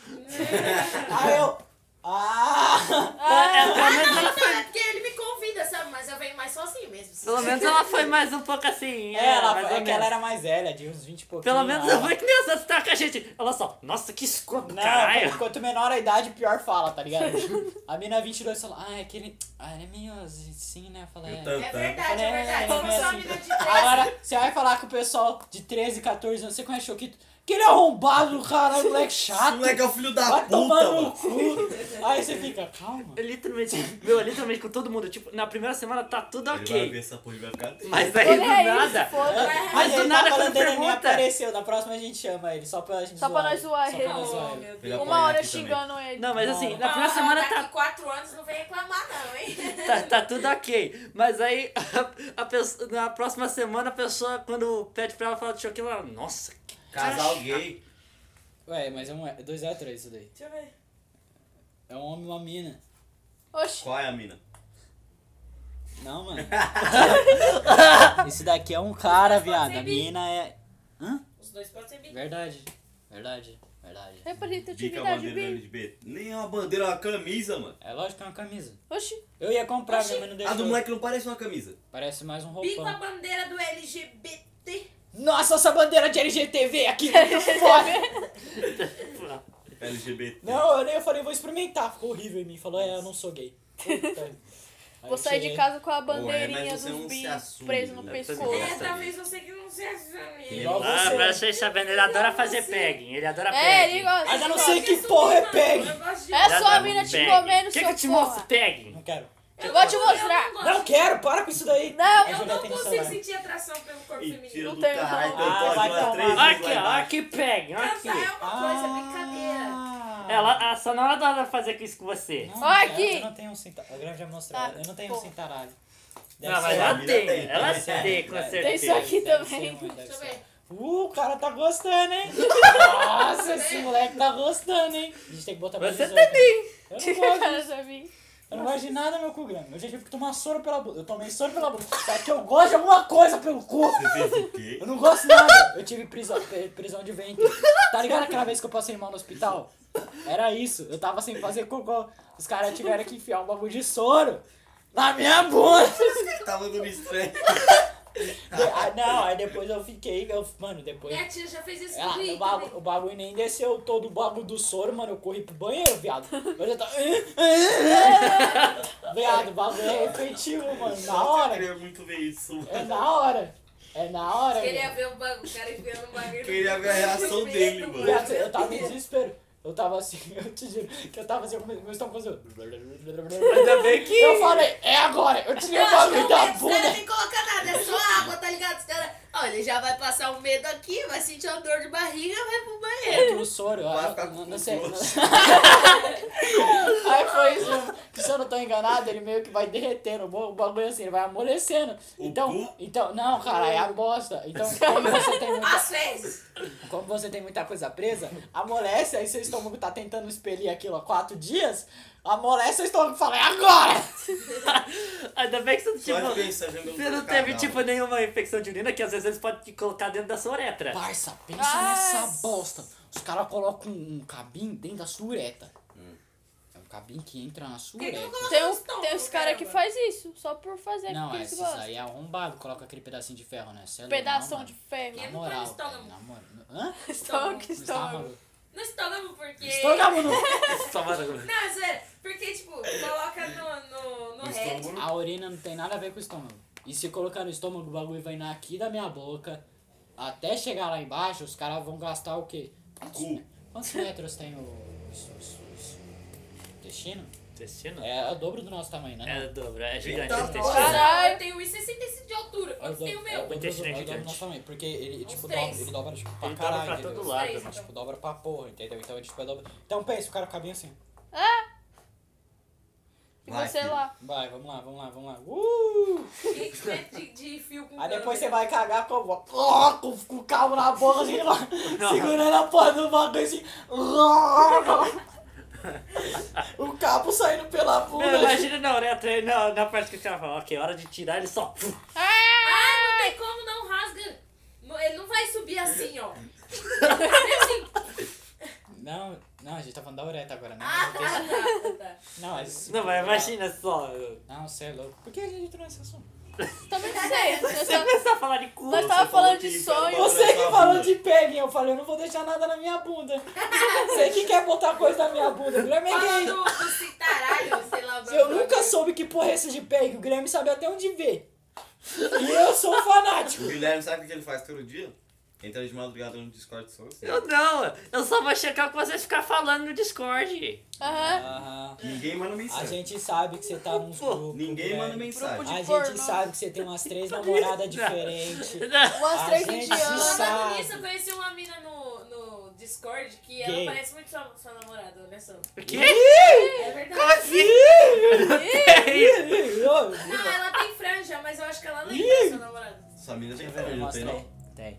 Aí eu, ah! É, pelo, menos Não, ela, é porque ele me convida, sabe? Mas eu venho mais sozinho mesmo. pelo menos ela foi mais um pouco assim. é, ela, mais é ou que ela menos. era mais velha, de uns 20 e pouquinho. Pelo menos ela- eu fui que nem essas tá com a gente. Olha só, nossa, que escroto, Não, caralho. quanto- quanto menor a idade, pior fala, tá ligado? A mina 22 falou, ah, é aquele. Ah, ele é meio assim, né? Eu falei, Eu é. tanto, É tanto. verdade, é verdade. Como sou amiga de três. Agora, você vai falar com o pessoal de 13, 14 anos, você conhece o Choquito? Que ele é arrombado, caralho, moleque Esse chato. moleque é o filho da Ah, vai puta, tomar no mano. cu. Aí você fica, calma. Eu literalmente, meu, eu literalmente com todo mundo. Tipo, na primeira semana tá tudo Ele vai ver ok. essa porra e vai ficar triste. Mas Olha aí do aí, nada. foda-se. Mas Aí do ele nada, tá quando falando dele, nem pergunta- apareceu. Na próxima a gente chama ele, só pra gente Só pra zoar. nós zoar Só ele. pra nós zoar Oh, ele. meu Deus. Pegar Uma porra hora aqui também. xingando ele. Não, mas assim, Não. na primeira Ó, semana daqui tá, quatro anos não vem reclamar, não, hein? tá, tá tudo ok. Mas aí a, a pessoa- na próxima semana a pessoa, quando pede pra ela falar de choque, ela, nossa, que Casal gay. Ué, mas é um é dois héteros isso daí. Deixa eu ver. É um homem e uma mina. Oxi. Qual é a mina? Não, mano. Esse daqui é um cara, Mas pode viado. ser A bi. mina é. Hã? Os dois podem ser bi. Verdade. Verdade. Verdade. Bica a Representatividade bandeira da bi. LGBT. Nem é uma bandeira, é uma camisa, mano. É lógico que é uma camisa. Oxi. Eu ia comprar, Oxi. minha mãe não A deixou. do moleque não parece uma camisa. Parece mais um Bico a roupão. bandeira do LGBT. Nossa, essa bandeira de LGTV aqui, muito foda. LGBT. Não, eu nem eu falei, vou experimentar. Ficou horrível em mim. Falou, é, eu não sou gay. Puta. Aí Vou eu sair de cheguei. casa com a Ué, bandeirinha mas você não dos se bi assume, preso no né? pescoço. É, Nossa, talvez você que não seja amigo. Igual Ah, você. pra vocês sabendo, ele adora fazer pegging. Ele adora É, pegging. ele gosta. Mas eu não ele sei gosta. que porra é É pegue. Ele só a adora mina te pegging. comer no Quer seu que eu te mostre porra. pegging? Não quero. Eu vou te mostrar. Não é, quero, para com isso daí. Não, Aí Eu Juliana não tem no consigo celular. sentir atração pelo corpo Mentira feminino. Não do tem caralho. como. Tanto Ah, vai aqui, ó, tomar. três vezes Aqui, lá ó, embaixo. aqui pegging, aqui. Transar é uma coisa, é brincadeira. Ah. É Ela, a Sonora adora fazer isso com você. Não, Olha eu- aqui. Tá. Eu não tenho um cintaralho. Agora já mostrou. eu não tenho um Porra. cintaralho. Ah, Deve Não, mas ser- ela Deve tem, ser, amiga, ela deve ser. tem, com Deve certeza. ser. Tem isso aqui Deve ser também. muito, deve Deixa eu ser. ver. Uh, o cara tá gostando, hein? Nossa, esse moleque tá gostando, hein? A gente tem que botar mais Você 18. também. Eu não gosto. Cara, já vi. Eu não gosto de nada no cu grande. Eu já tive que tomar soro pela bunda. Eu tomei soro pela bunda. Só que eu gosto de alguma coisa pelo cu. Você fez o quê? Eu não gosto de nada. Eu tive prisão, pe- prisão de ventre. Tá ligado aquela vez que eu passei mal no hospital? Era isso. Eu tava sem fazer cocô. Os caras tiveram que enfiar um bagulho de soro na minha bunda. é Tava dando estranho. Ah, não, aí depois eu fiquei, eu, mano, depois... Minha tia já fez isso Ah, comigo. o, bagulho, também. o bagulho nem desceu todo o bagulho do soro, mano. Eu corri pro banheiro, viado. Eu já tava. viado, o bagulho é efetivo, mano. Na Eu hora. queria muito ver isso, mano. É na hora. É na hora. Queria viado. ver o bagulho, o cara enfiando o bagulho. Queria ver a reação dele, mano. Viado, Eu tava em desespero. Eu tava assim, eu te juro, que eu tava assim, eu comecei- meu estômago fazia. Ainda bem que. Eu falei, é agora! Eu tirei o bagulho da Os caras bunda! nem colocam nada, é só água, tá ligado? Os caras, olha, ele já vai passar o medo aqui, vai sentir uma dor de barriga, vai pro banheiro. Do É soro, Vai eu- ficar eu- com não sei. gosto. Aí foi isso, mano. se eu não tô enganado, ele meio que vai derretendo, o bo- o bagulho assim, ele vai amolecendo. O Então, cu? então, não, cara, é a bosta. Então, como você tem muita, As fezes. como você tem muita coisa presa, amolece, aí seu estômago tá tentando expelir aquilo há quatro dias, amolece seu estômago e fala, é agora! Ainda bem que você Só não, de tipo, pensar já me um você não colocar, teve tipo nenhuma infecção de urina que às vezes eles podem te colocar dentro da sua uretra. Parça, pensa Ah. nessa bosta. Os caras colocam um cabinho dentro da sua ureta. Hum. É um cabinho que entra na sua Por que que não ureta. colocou Tem, os um, tons, tem uns caras que mano? faz isso, só por fazer, Não, porque eles esses gostam. aí é arrombado, coloca aquele pedacinho de ferro, né? Cê é louco, não, Pedação mano. de ferro. Que- Na tá Ele não põe no moral, estômago. velho, na moral. Hã? Estômago, Você tá estômago. maluco? No estômago, porque. tá Estômago não. Só mais agora. Não, é sério, porque, tipo, coloca no, no, no reto. estômago. A urina não tem nada a ver com o estômago. E se colocar no estômago, o bagulho vai na aqui da minha boca. Até chegar lá embaixo, os caras vão gastar o quê? Quantos, Cu. quantos metros tem o. Isso, isso, isso. Intestino? Intestino? É, o dobro do nosso tamanho, né? É dobro, é gigante Eita, esse intestino. porra. Caralho. Eu tenho 1,65 de altura. É o Quanto tem o dobro- é meu? dobro do- intestino é é o dobro do gigante. nosso tamanho, porque ele, Uns tipo, dobra, três. ele dobra, tipo, pra Ele dobra caralho, pra entendeu? todo Os lado. né? três, mano. então. Tipo, dobra pra porra, entendeu? Então ele, tipo, é dobra... Então pensa, o cara cabinho assim. E Vai, você filho. lá. Vai, vamos lá, vamos lá, vamos lá. Uh! Quem que mete de, de fio com Aí depois você cano? vai cagar com, ó, com, com o cabo na boca, assim, lá, Não. segurando a porra do bagulho, assim. o cabo saindo pela bunda. Não, imagina na uretra aí, na, na parte que o cara fala, ok, hora de tirar, ele só. Ah, não tem como, não rasga. Não, Ele não vai subir assim, ó. É assim. não, não, a gente tá falando da ureta agora, né? Ah, tá, tá, tá. Não, mas... é- Não, mas imagina só. Não, você é louco. Por que a gente entrou nesse assunto? Também não sei. Eu Você só- começou a falar de cu. tá- Nós tava falou falando de que- sonho. Você- Você que falou de peguem, eu falei, eu não vou deixar nada na minha bunda. Você que quer botar coisa na minha bunda, o Guilherme é Fala gay. do, do cintaralho, sei lá. Eu nunca soube que porra é essa de pegue, o Guilherme sabe até onde ver. E eu sou um fanático. O Guilherme sabe o que ele faz todo dia? Entra de madrugada no Discord só assim. Eu não, eu só vou checar o que vocês ficar falando no Discord. Aham. Aham. Ninguém manda A mensagem. gente sabe que você tá num grupo. Ninguém manda Grupo mensagem. de A porno. gente sabe que você tem umas três namoradas diferentes. Umas A três gente indianas. sabe. Falando nisso, eu conheci uma mina no, no Discord que ela Gay. parece muito sua, sua namorada, olha só. O quê? É verdade. Como assim? Não, ela tem franja, mas eu acho que ela não é sua namorada. Sua mina tem Eu franja, não tem mostrei. não? Tem.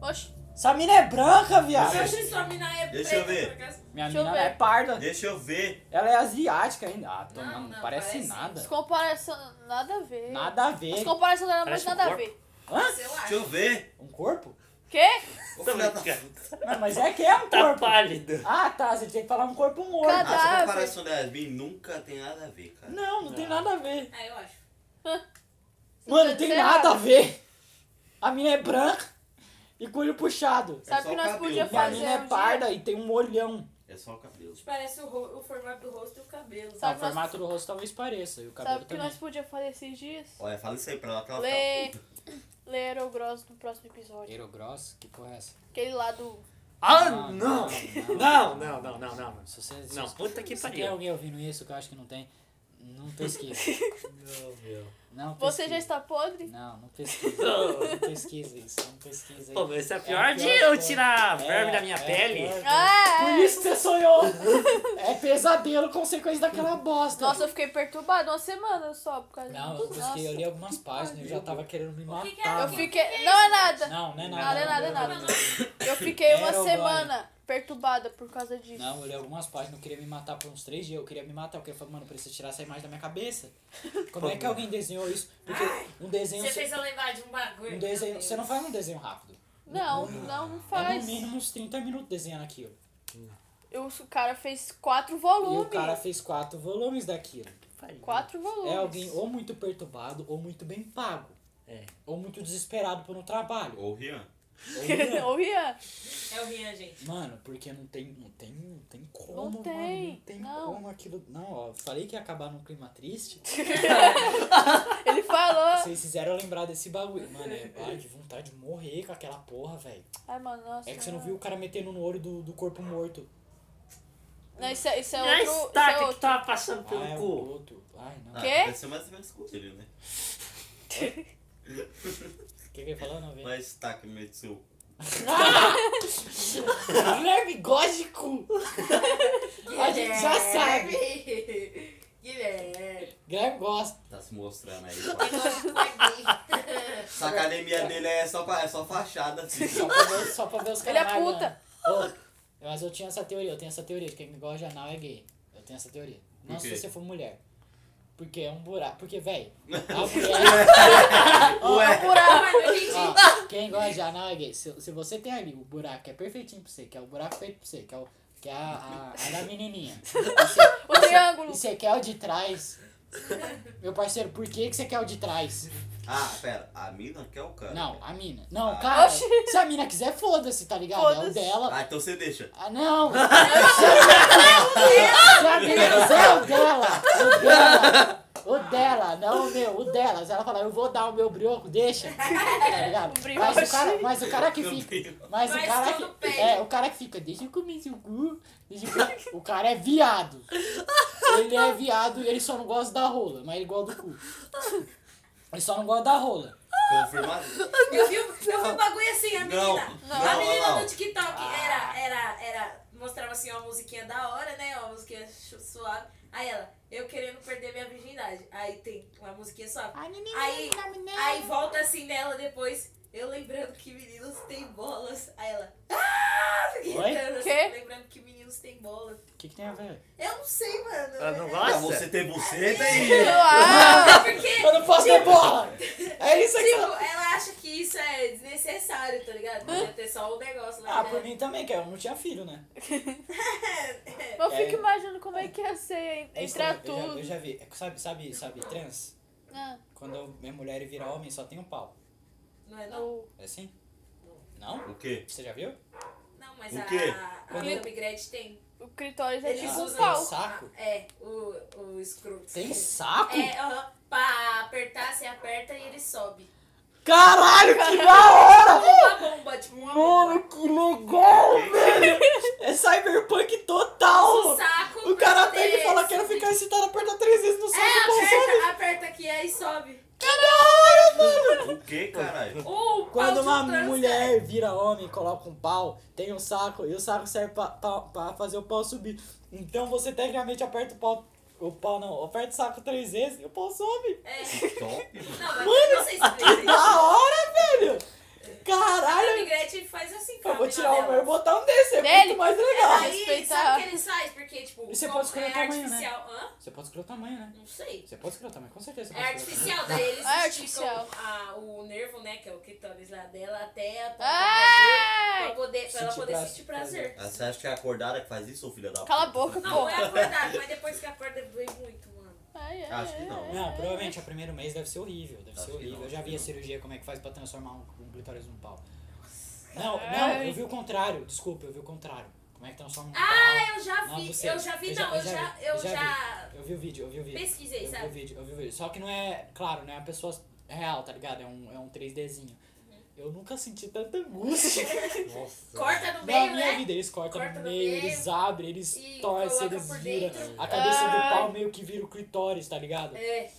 Oxi. Essa mina é branca, Eu viado. acho que sua mina é Deixa preta, eu ver. por acaso. Minha Deixa eu mina ver. é parda. Deixa eu ver. Ela é asiática ainda. Ah, tô- Não, não, não, parece, parece- As nada. comparações. Nada a ver. Nada a ver. As comparações não eram muito Parece um nada a corpo. ver. Hã? Eu Deixa acho. eu ver. Um corpo? Quê? Ô, Tô filha da- brincando. Não, mas é que é um Tá corpo. pálido. Ah, tá. Você tem que falar um corpo morto. Cada- Ah, Nada a Essa ver. comparação da Yasmin nunca tem nada a ver, cara. Não, não tem nada a ver. Ah, eu acho. Mano, tá tem desesperado. nada a ver. A mina é branca e com olho puxado. É Sabe só que o nós cabelo. podíamos Minha fazer mina um é dia? parda e tem um olhão. É só o cabelo. Parece o, ro- o formato do rosto e o cabelo. Tá, Sabe o nós- formato do rosto talvez pareça, e o cabelo Sabe o que também. tá nós podíamos fazer esses dias? Olha, fala isso aí pra ela que ela Ler... Ler Gross no próximo episódio. Aerogross? Que porra é essa? Aquele lá do... Ah, não! Não, não, não, não, não. Se você, se Não, puta que se tem pariu. alguém ouvindo isso, que eu acho que não tem, não pesquisa. Não, meu. Não pesquisa. Você já está podre? Não, não pesquisa. Não. não pesquisa isso, não pesquisa Pô, isso. mas isso é É pior a de pior eu coisa. tirar a É, verme da minha é a pele. pior- Ah, Por é. isso que você sonhou! é pesadelo consequência daquela bosta. Nossa, eu fiquei perturbada uma semana só por causa Não, eu disso. busquei, eu Nossa. li algumas páginas e eu já tava querendo me matar. que que é? Eu mano. fiquei... Não é nada. Não, não é Não, não é nada. nada, eu- nada. Eu fiquei uma Era o semana perturbada por causa disso. Não, eu li algumas páginas, eu queria me matar por uns três dias, eu queria me matar, eu queria falar, mano, preciso tirar essa imagem da minha cabeça. Como é que alguém desenhou isso? Porque um desenho. Você fez eu lembrar de um bagulho. um desenho meu você não Deus. faz um desenho rápido. Não, não, não É faz. no mínimo uns 30 minutos desenhando aquilo. Eu- o cara fez quatro E volumes. o cara fez quatro volumes daquilo. Quatro volumes. É alguém ou muito perturbado ou muito bem pago. É. Ou muito desesperado por um trabalho. Ou o Rian. Ô, Rian, É o Rian, gente. Mano, porque não tem, não tem, não tem como, Não mano, tem, não tem não. como aquilo. Não, ó, falei que ia acabar num clima triste. ele falou. Vocês fizeram eu lembrar desse bagulho. Mano, é ai, que vontade de morrer com aquela porra, velho. Ai, mano, nossa. É que você não mano. viu o cara metendo no olho do, do corpo morto. Não, isso é, isso é a outro. Isso é estaca que outro. tava passando pelo Ah, é o cu. outro. Ai, não. Ah, Quê? Deve ser mais ou menos com ele, né? O que que eu ia falar? Não, velho. Mas tá, que medo seu. Guilherme gosta de cu. A gente já sabe. É. Guilherme. Guilherme. Tá, Guilherme gosta. Tá se mostrando aí. Quem gosta de cu é gay. Essa academia dele é só, pra- é só fachada, assim. Só pra ver, só pra ver os Ele é caras. puta. mas eu tinha essa teoria, eu tenho essa teoria de que quem gosta de anal é gay. Eu tenho essa teoria. Não Por quê? se você for mulher. Porque é um buraco. Porque, velho, a Ué, Mano, eu entendi. Ó, quem gosta de anal é gay. Se, se você tem ali o buraco que é perfeitinho pra você, que é o buraco feito pra você, que é, o, que é a, a, a da menininha, O triângulo. e você quer o de trás, meu parceiro, por que, que você quer o de trás? ah, pera, a mina quer o cara. Não, a mina. Não, Ah. cara, Oxi. se a mina quiser, foda-se, tá ligado? É o Foda-se. dela. Ah, então você deixa. Ah, não! Se a mina quiser, o dela! O dela! O dela, não o meu, o dela. Se ela falar, eu vou dar o meu brioco, deixa. Tá ligado? O brioco. Mas o cara, mas o cara que Meu fica. Deus. Mas, é Mas o cara todo que. pede. É, o cara que fica, deixa eu comer seu cu. Deixa eu comer. O cara é viado. Ele é viado e ele só não gosta da rola, mas ele gosta do cu. Ele só não gosta da rola. Confirmado? Eu vi, eu vi um bagulho assim, a menina. Não, não, a menina não. tá do TikTok era, era, era. Mostrava assim uma musiquinha da hora, né? Uma musiquinha chu- suave. Aí ela, eu querendo perder minha virgindade. Aí tem uma musiquinha suave. Aí, aí volta assim nela depois. Eu lembrando que meninos têm bolas. Aí ela. Ah! Gritando assim, Quê? lembrando que meninos têm bolas. O que, que tem a ver? Eu não sei, mano. Ela não Ah, gosta? você tem buceta aí. Ah, É porque. Eu não posso ter bola! É isso aqui. Tipo, ela acha que isso é desnecessário, tá ligado? Podia ter só o negócio lá. Ah, né? por mim também, que eu não tinha filho, né? mas eu fico imaginando como é que ia ser É entrar estranho, Eu já, tudo. eu já vi. É, sabe, sabe, sabe, trans? Ah, Quando é mulher e vira homem, só tem um pau. Não é não? o- É assim? Não? O quê? Você já viu? Não, mas O a, quê? a Quando- Lame Gretchen tem. O clitóris é Eles tipo um usam pau. saco? É, o, o escroto. Tem um saco? É, aham. pra apertar, você aperta e ele sobe. Caralho, que da hora! Uma bomba, tipo uma bomba. Mano, que legal, velho! É cyberpunk total! O saco. O cara aperta pega e fala, esse. quero ficar excitado, aperta três vezes no saco É, e consome! aperta, aperta aqui, aí sobe. Que da hora, mano! O quê, caralho? Ou Quando uma mulher vira homem, coloca um pau, tem um saco, e o saco serve pra, pra, pra fazer o pau subir. Então você tecnicamente aperta o pau. O pau não, aperta o saco três vezes e o pau sobe. É. Top. Não, mas eu não sei se tem. Da hora, velho! A Lame Caralho! Gretchen faz assim com Eu a vou mina tirar o dela. meu e botar um desse, é Dele? muito mais legal. Aí, Respeitar. sabe o que eles fazem? Porque, tipo, E você como pode escolher é o tamanho, né? artificial. Hã? Você pode escolher o tamanho, né? Não sei. Você pode escolher o tamanho, com certeza. É artificial, daí eles É esticam artificial. a- o nervo, né, que é o clitóris lá dela, até a ponta do Ai! nervo pra, poder, pra ela Sentir poder prazer. sentir prazer. Ah, Você acha que é acordada que faz isso, ô filha da puta? Cala a boca, Não, pô. é acordado, mas depois que acorda doe muito, mano. Ai, ai, Acho que ai, não. ai, Não, ai. provavelmente o primeiro mês deve ser horrível, deve Acho ser que horrível. não, eu já acho vi que a não. cirurgia como é que faz pra transformar um, um clitóris num pau. Não, não, Ai. eu vi o contrário, desculpa, eu vi o contrário. Como é que transforma um pau? Ah, eu já Não, vi, você- eu já vi, eu já- não, eu eu já já, vi, eu eu já já Eu vi o vídeo, eu vi o vídeo. pesquisei, eu vi o sabe? vídeo, eu vi o vídeo. Só que não é, claro, não é uma pessoa real, tá ligado? É um, é um 3Dzinho. Uhum. Eu nunca senti tanta angústia. Nossa. Corta no Na meio, minha né? vida, eles cortam Corta no no meio, meio eles abrem, eles e torcem, coloca eles por viram. dentro. A cabeça do Ai. pau meio que vira o clitóris, tá ligado? É.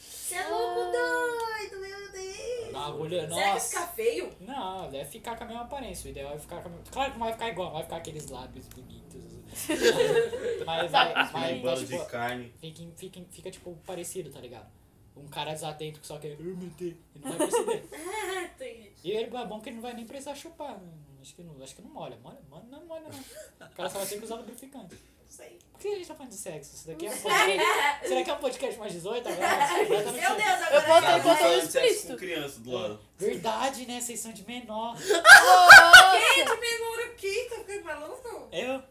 Você é Ah. louco doido, meu Deus. Na agulha, Será que nossa. fica feio? Não, deve ficar com a mesma aparência. O ideal é ficar com a mesma... Claro que não vai ficar igual, não vai ficar aqueles lábios bonitos. assim. mas vai, mas, Um mas, bando de tipo, carne. fica, fica, fica, tipo, parecido, tá ligado? Um cara desatento que só quer... Eu matei", Ele não vai perceber. Ah, tem. e ele é bom que ele não vai nem precisar chupar. né? Acho que não, acho que não molha. molha molha- não molha, não. O cara só vai ter que usar lubrificante. Não sei. Por que a gente tá falando de sexo? Isso daqui é um podcast... Será que é um podcast mais 18 agora? tá Meu Deus, Eu agora botei Cara, conteúdo falando de sexo explícito. é com criança do lado. Verdade, né? Vocês são de menor. Quem Nossa! menor aqui? Tá ficando maluco? Eu...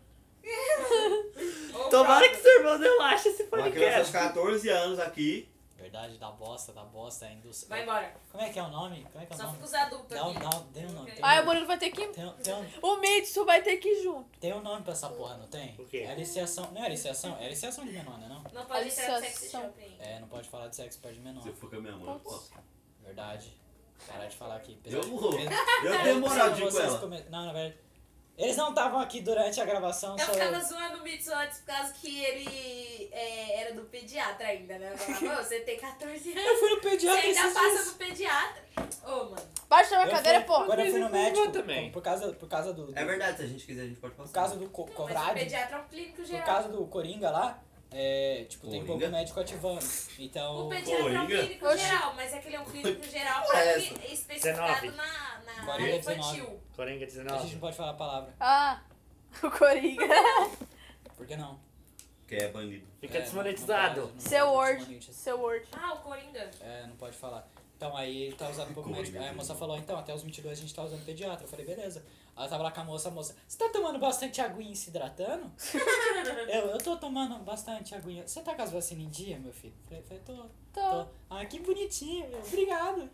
Ô, Tomara Paulo. que seu irmão não ache esse é? Uma criança de podcast. 14 anos aqui. Liberdade, da bosta, da bosta, a indústria. Vai embora. Como é que é o nome? Como é que é o Só nome? fica os adultos Dá um, aqui. dá um, tem um nome. Tem um, Aí o nome. Murilo vai ter que ir. Tem um- tem um, O Mitsu vai ter que ir junto. tem um nome pra essa porra, não tem? O quê? É aliciação. Não é aliciação? É aliciação de menor, né? Não? Não pode entrar no sex Aliciação. shopping. É, não pode falar de sexo perto de menor. Se eu for com a minha mãe, eu posso. Verdade. Parar de falar aqui. Eu Apesar- vou. apesar- Eu tenho moral, digo Vocês ela. come- Não, na verdade. Eles não estavam aqui durante a gravação, Eu só ficava assim, eu. zoando o Mitsu antes por causa que ele é, era do pediatra ainda, né? Eu falava, "Ô, você tem 14 anos. Eu fui no Você pediatra ainda esses passa dias. no pediatra. Ô, mano. Baixa da minha Eu cadeira, fui- porra. Quando eu fui no médico, também. Por, causa, por causa do. do- É verdade, se a gente quiser, a gente pode Por passar. causa do co Não, mas o covrade. pediatra é um clínico Por geral. causa do Coringa lá, é, tipo, tem Coringa? pouco médico ativando. Então, O pediatra é um Coringa? clínico Oxi. geral, mas é que ele é um clínico geral Porra, é que é especificado 19. na, na área Coringa infantil. Coringa a gente 19. não pode falar a palavra. Ah, o Coringa. Por que não? Que é banido. Fica É, não- não desmonetizado. pode- não Seu pode Word. desmonetizar. Seu Word. Ah, o Coringa. É, não pode falar. Então aí ele tá usando pouco Coringa, médico. Aí a moça Coringa. falou, então, até os 22 a gente tá usando pediatra. Eu falei, beleza. Aí eu tava lá com a moça, a moça, você tá tomando bastante aguinha e se hidratando? eu, eu tô tomando bastante aguinha. Você tá com as vacinas em dia, meu filho? Eu falei, tô, Tô. tô. Ah, que bonitinho, meu. Obrigado.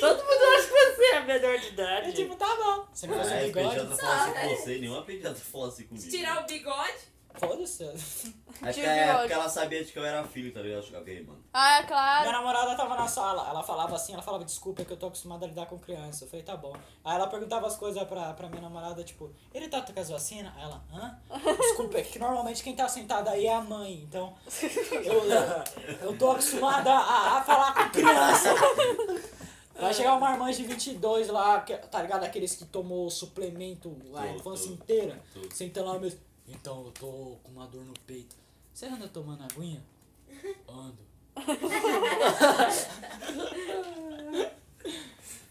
Todo mundo acha que você é menor de idade. Eu tipo, tá bom. Você me faz um Ah, é, bigode? pediatra fala assim com você, nenhuma pediatra fala assim comigo. Tirar o bigode. Foda-se. É porque, Tira o é bigode. porque ela sabia de que eu era filho, tá ligado? Eu acho que mano. Ah, é Minha claro. namorada tava na sala, ela falava assim, ela falava, desculpa, é que eu tô acostumada a lidar com criança. Eu falei, tá bom. Aí ela perguntava as coisas pra, pra minha namorada, tipo, ele tá com as vacinas? Aí ela, hã? Desculpa, é que normalmente quem tá sentado aí é a mãe, então eu, eu tô acostumada a, a falar com criança. Vai chegar uma irmã de 22 lá, que- tá ligado? Aqueles que tomou suplemento a Tô, infância tô. inteira, Tô. sentando lá mesmo. Então, eu tô com uma dor no peito. Você anda tomando aguinha? Ando.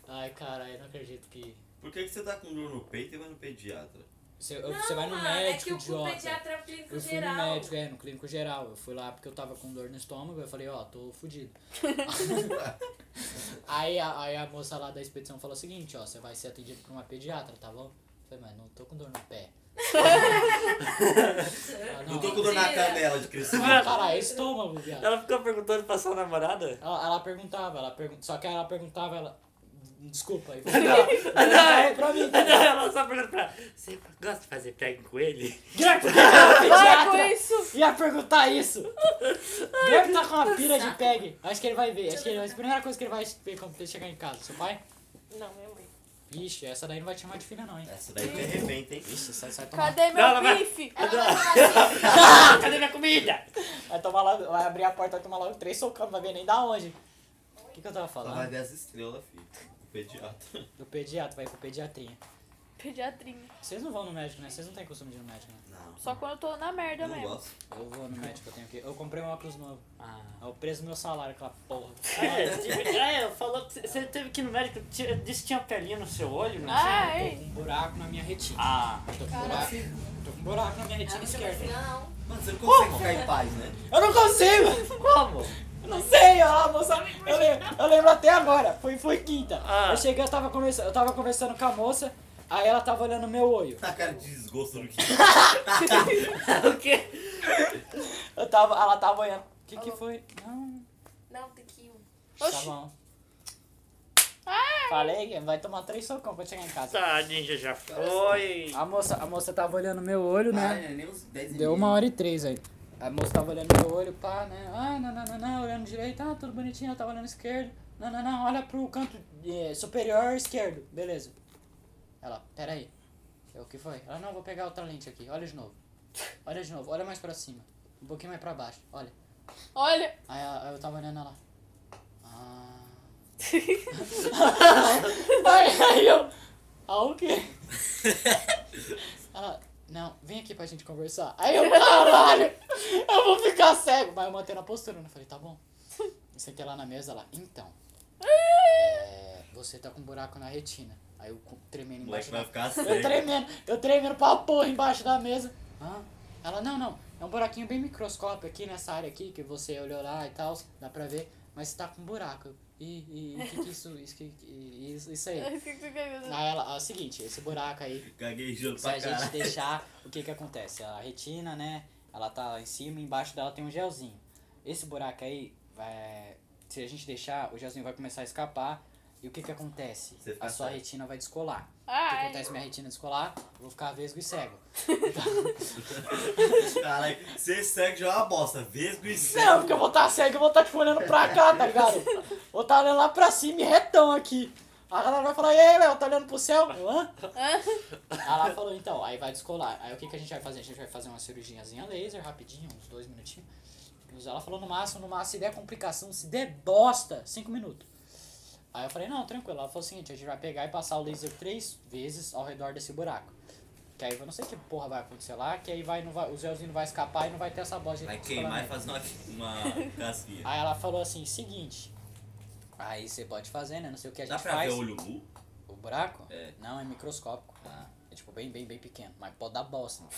Ai, caralho, não acredito que. Por que, que você tá com dor no peito e vai no pediatra? Você, eu- Não, você vai no mano, é médico, que o idiota. pediatra é um clínico Eu fui no geral. médico, é, no clínico geral. Eu fui lá porque eu tava com dor no estômago, eu falei, ó, tô fudido. aí, a, aí a moça lá da expedição falou o seguinte, ó, você vai ser atendido por uma pediatra, tá bom? Eu falei, mas não tô com dor no pé. Ela, Não tô com dor na Mentira. canela de crescimento. Ah, Caralho, é estômago, viado. Ela ficou perguntando pra sua namorada? Ela, ela perguntava, ela pergun só que ela perguntava, ela. Desculpa, aí Ah, não, É, pra mim. tá?" Ah, não, ela só perguntou pra ela, você gosta de fazer tag com ele? Greg, por que ela é Para com pediatra? isso. Ia perguntar isso! Greg tá com uma pira de PEG. Acho que ele vai ver. Acho que ele, a primeira coisa que ele vai ver quando ele chegar em casa. Seu pai? Não, minha mãe. Ixi, essa daí não vai te chamar de filha, não, hein? Essa daí de repente, hein? Ixi, sai, sai tomar. Cadê meu Não, ela vai- bife? Ah, cadê minha comida? Vai tomar logo, vai abrir a porta, vai tomar logo três socando, vai ver nem da onde. O que, que eu tava Ela vai falando? ver as estrelas, filho. O pediatra. Do pediatra, vai pro pediatrinha. Pediatrinha. Vocês não vão no médico, né? Vocês não têm costume de ir no médico, né? Não. Só quando eu tô na merda Eu não mesmo. gosto. Eu vou no médico, eu tenho que. Eu comprei um óculos novo. Ah, É o preço do meu salário, aquela porra. é, tipo, é, falou que você- você teve que ir no médico, tinha- disse que tinha pelinha no seu olho, não Ah, Tô tinha? é. com um buraco na minha retina. Ah, Tô com um buraco. Tô com um buraco na minha retina esquerda. assim, Não. Mano, você não consegue ficar em paz, né? Eu não consigo! como? Eu não sei, ó, a moça. Eu lembro, eu lembro até agora. Foi, foi quinta. Ah. Eu cheguei, eu tava, conversando, eu tava conversando com a moça, aí ela tava olhando meu olho. Tá cara de desgosto no que. Ah. O quê? Eu tava, ela tava olhando. O que que foi? Não, Não, tem que ir. um. tá Oxi. bom. Falei, que vai tomar três socão pra chegar em casa. Tá, a ninja já foi. A moça, a moça tava olhando meu tá. olho, né? Ai, nem uns 10 Deu uma hora e três aí. A moça tava olhando meu olho, pá, né? Ah, não, não, não, não, olhando direito, ah, tudo bonitinho, ela tava olhando esquerdo. Não, não, não, olha pro canto eh, superior esquerdo. Beleza. Ela, peraí. Eu, o que foi? Ela, não, vou pegar outra lente aqui, olha de novo. Olha de novo, olha mais pra cima. Um pouquinho mais pra baixo, olha. Olha. Aí ela- aí eu tava olhando ela. Ah. aí, aí eu. Ah, o quê? Ela. Não, vem aqui pra gente conversar. Aí eu, caralho! Eu vou ficar cego. Mas eu mantendo a postura, né? Eu falei, tá bom. Eu Sentei lá na mesa, ela, então. é, você tá com um buraco na retina. Aí eu cu- tremendo O embaixo moleque da vai ficar eu cego. tremendo, eu tremendo pra porra embaixo da mesa. Ah, ela, não, não, é um buraquinho bem microscópio aqui nessa área aqui, que você olhou lá e tal, dá pra ver, mas tá com um buraco. E, e, e que que isso, isso, que, que- isso, isso aí? Aí ela, ah, é o seguinte, esse buraco aí, Gaguejando se a pra gente caralho. deixar, o que que acontece? A retina, né, ela tá em cima e embaixo dela tem um gelzinho. Esse buraco aí, vai- se a gente deixar, o Jasmin vai começar a escapar. E o que que acontece? Você fica A sua cego. retina vai descolar. O que Ai. acontece minha retina descolar? Eu vou ficar vesgo e cego. Caralho, ser cego já é uma bosta. Vesgo e Não, cego. porque eu vou estar cego, eu vou estar tipo, olhando pra cá, tá ligado? Vou estar olhando lá pra cima e retão aqui. A galera vai falar, ei, Léo, tá olhando pro céu? Eu, Hã? Aí ela falou, então, aí vai descolar. Aí o que, que a gente vai fazer? A gente vai fazer uma cirurgiazinha laser, rapidinho, uns dois minutinhos. Ela falou no máximo, no máximo, se der complicação, se der bosta, cinco minutos. Aí eu falei, não, tranquilo. Ela falou o seguinte, a gente vai pegar e passar o laser três vezes ao redor desse buraco. Que aí eu não sei que porra vai acontecer lá, que aí vai, não vai, o Zelzinho não vai escapar e não vai ter essa bosta de Vai descolamento. queimar e fazer uma, uma casquinha. Aí ela falou assim, seguinte. Aí você pode fazer, né? Não sei o que a Dá gente pra ver faz. o olho nu? O buraco? É. Ah. Não, é microscópico. É tipo bem, bem, bem pequeno. Mas pode dar bosta. Né?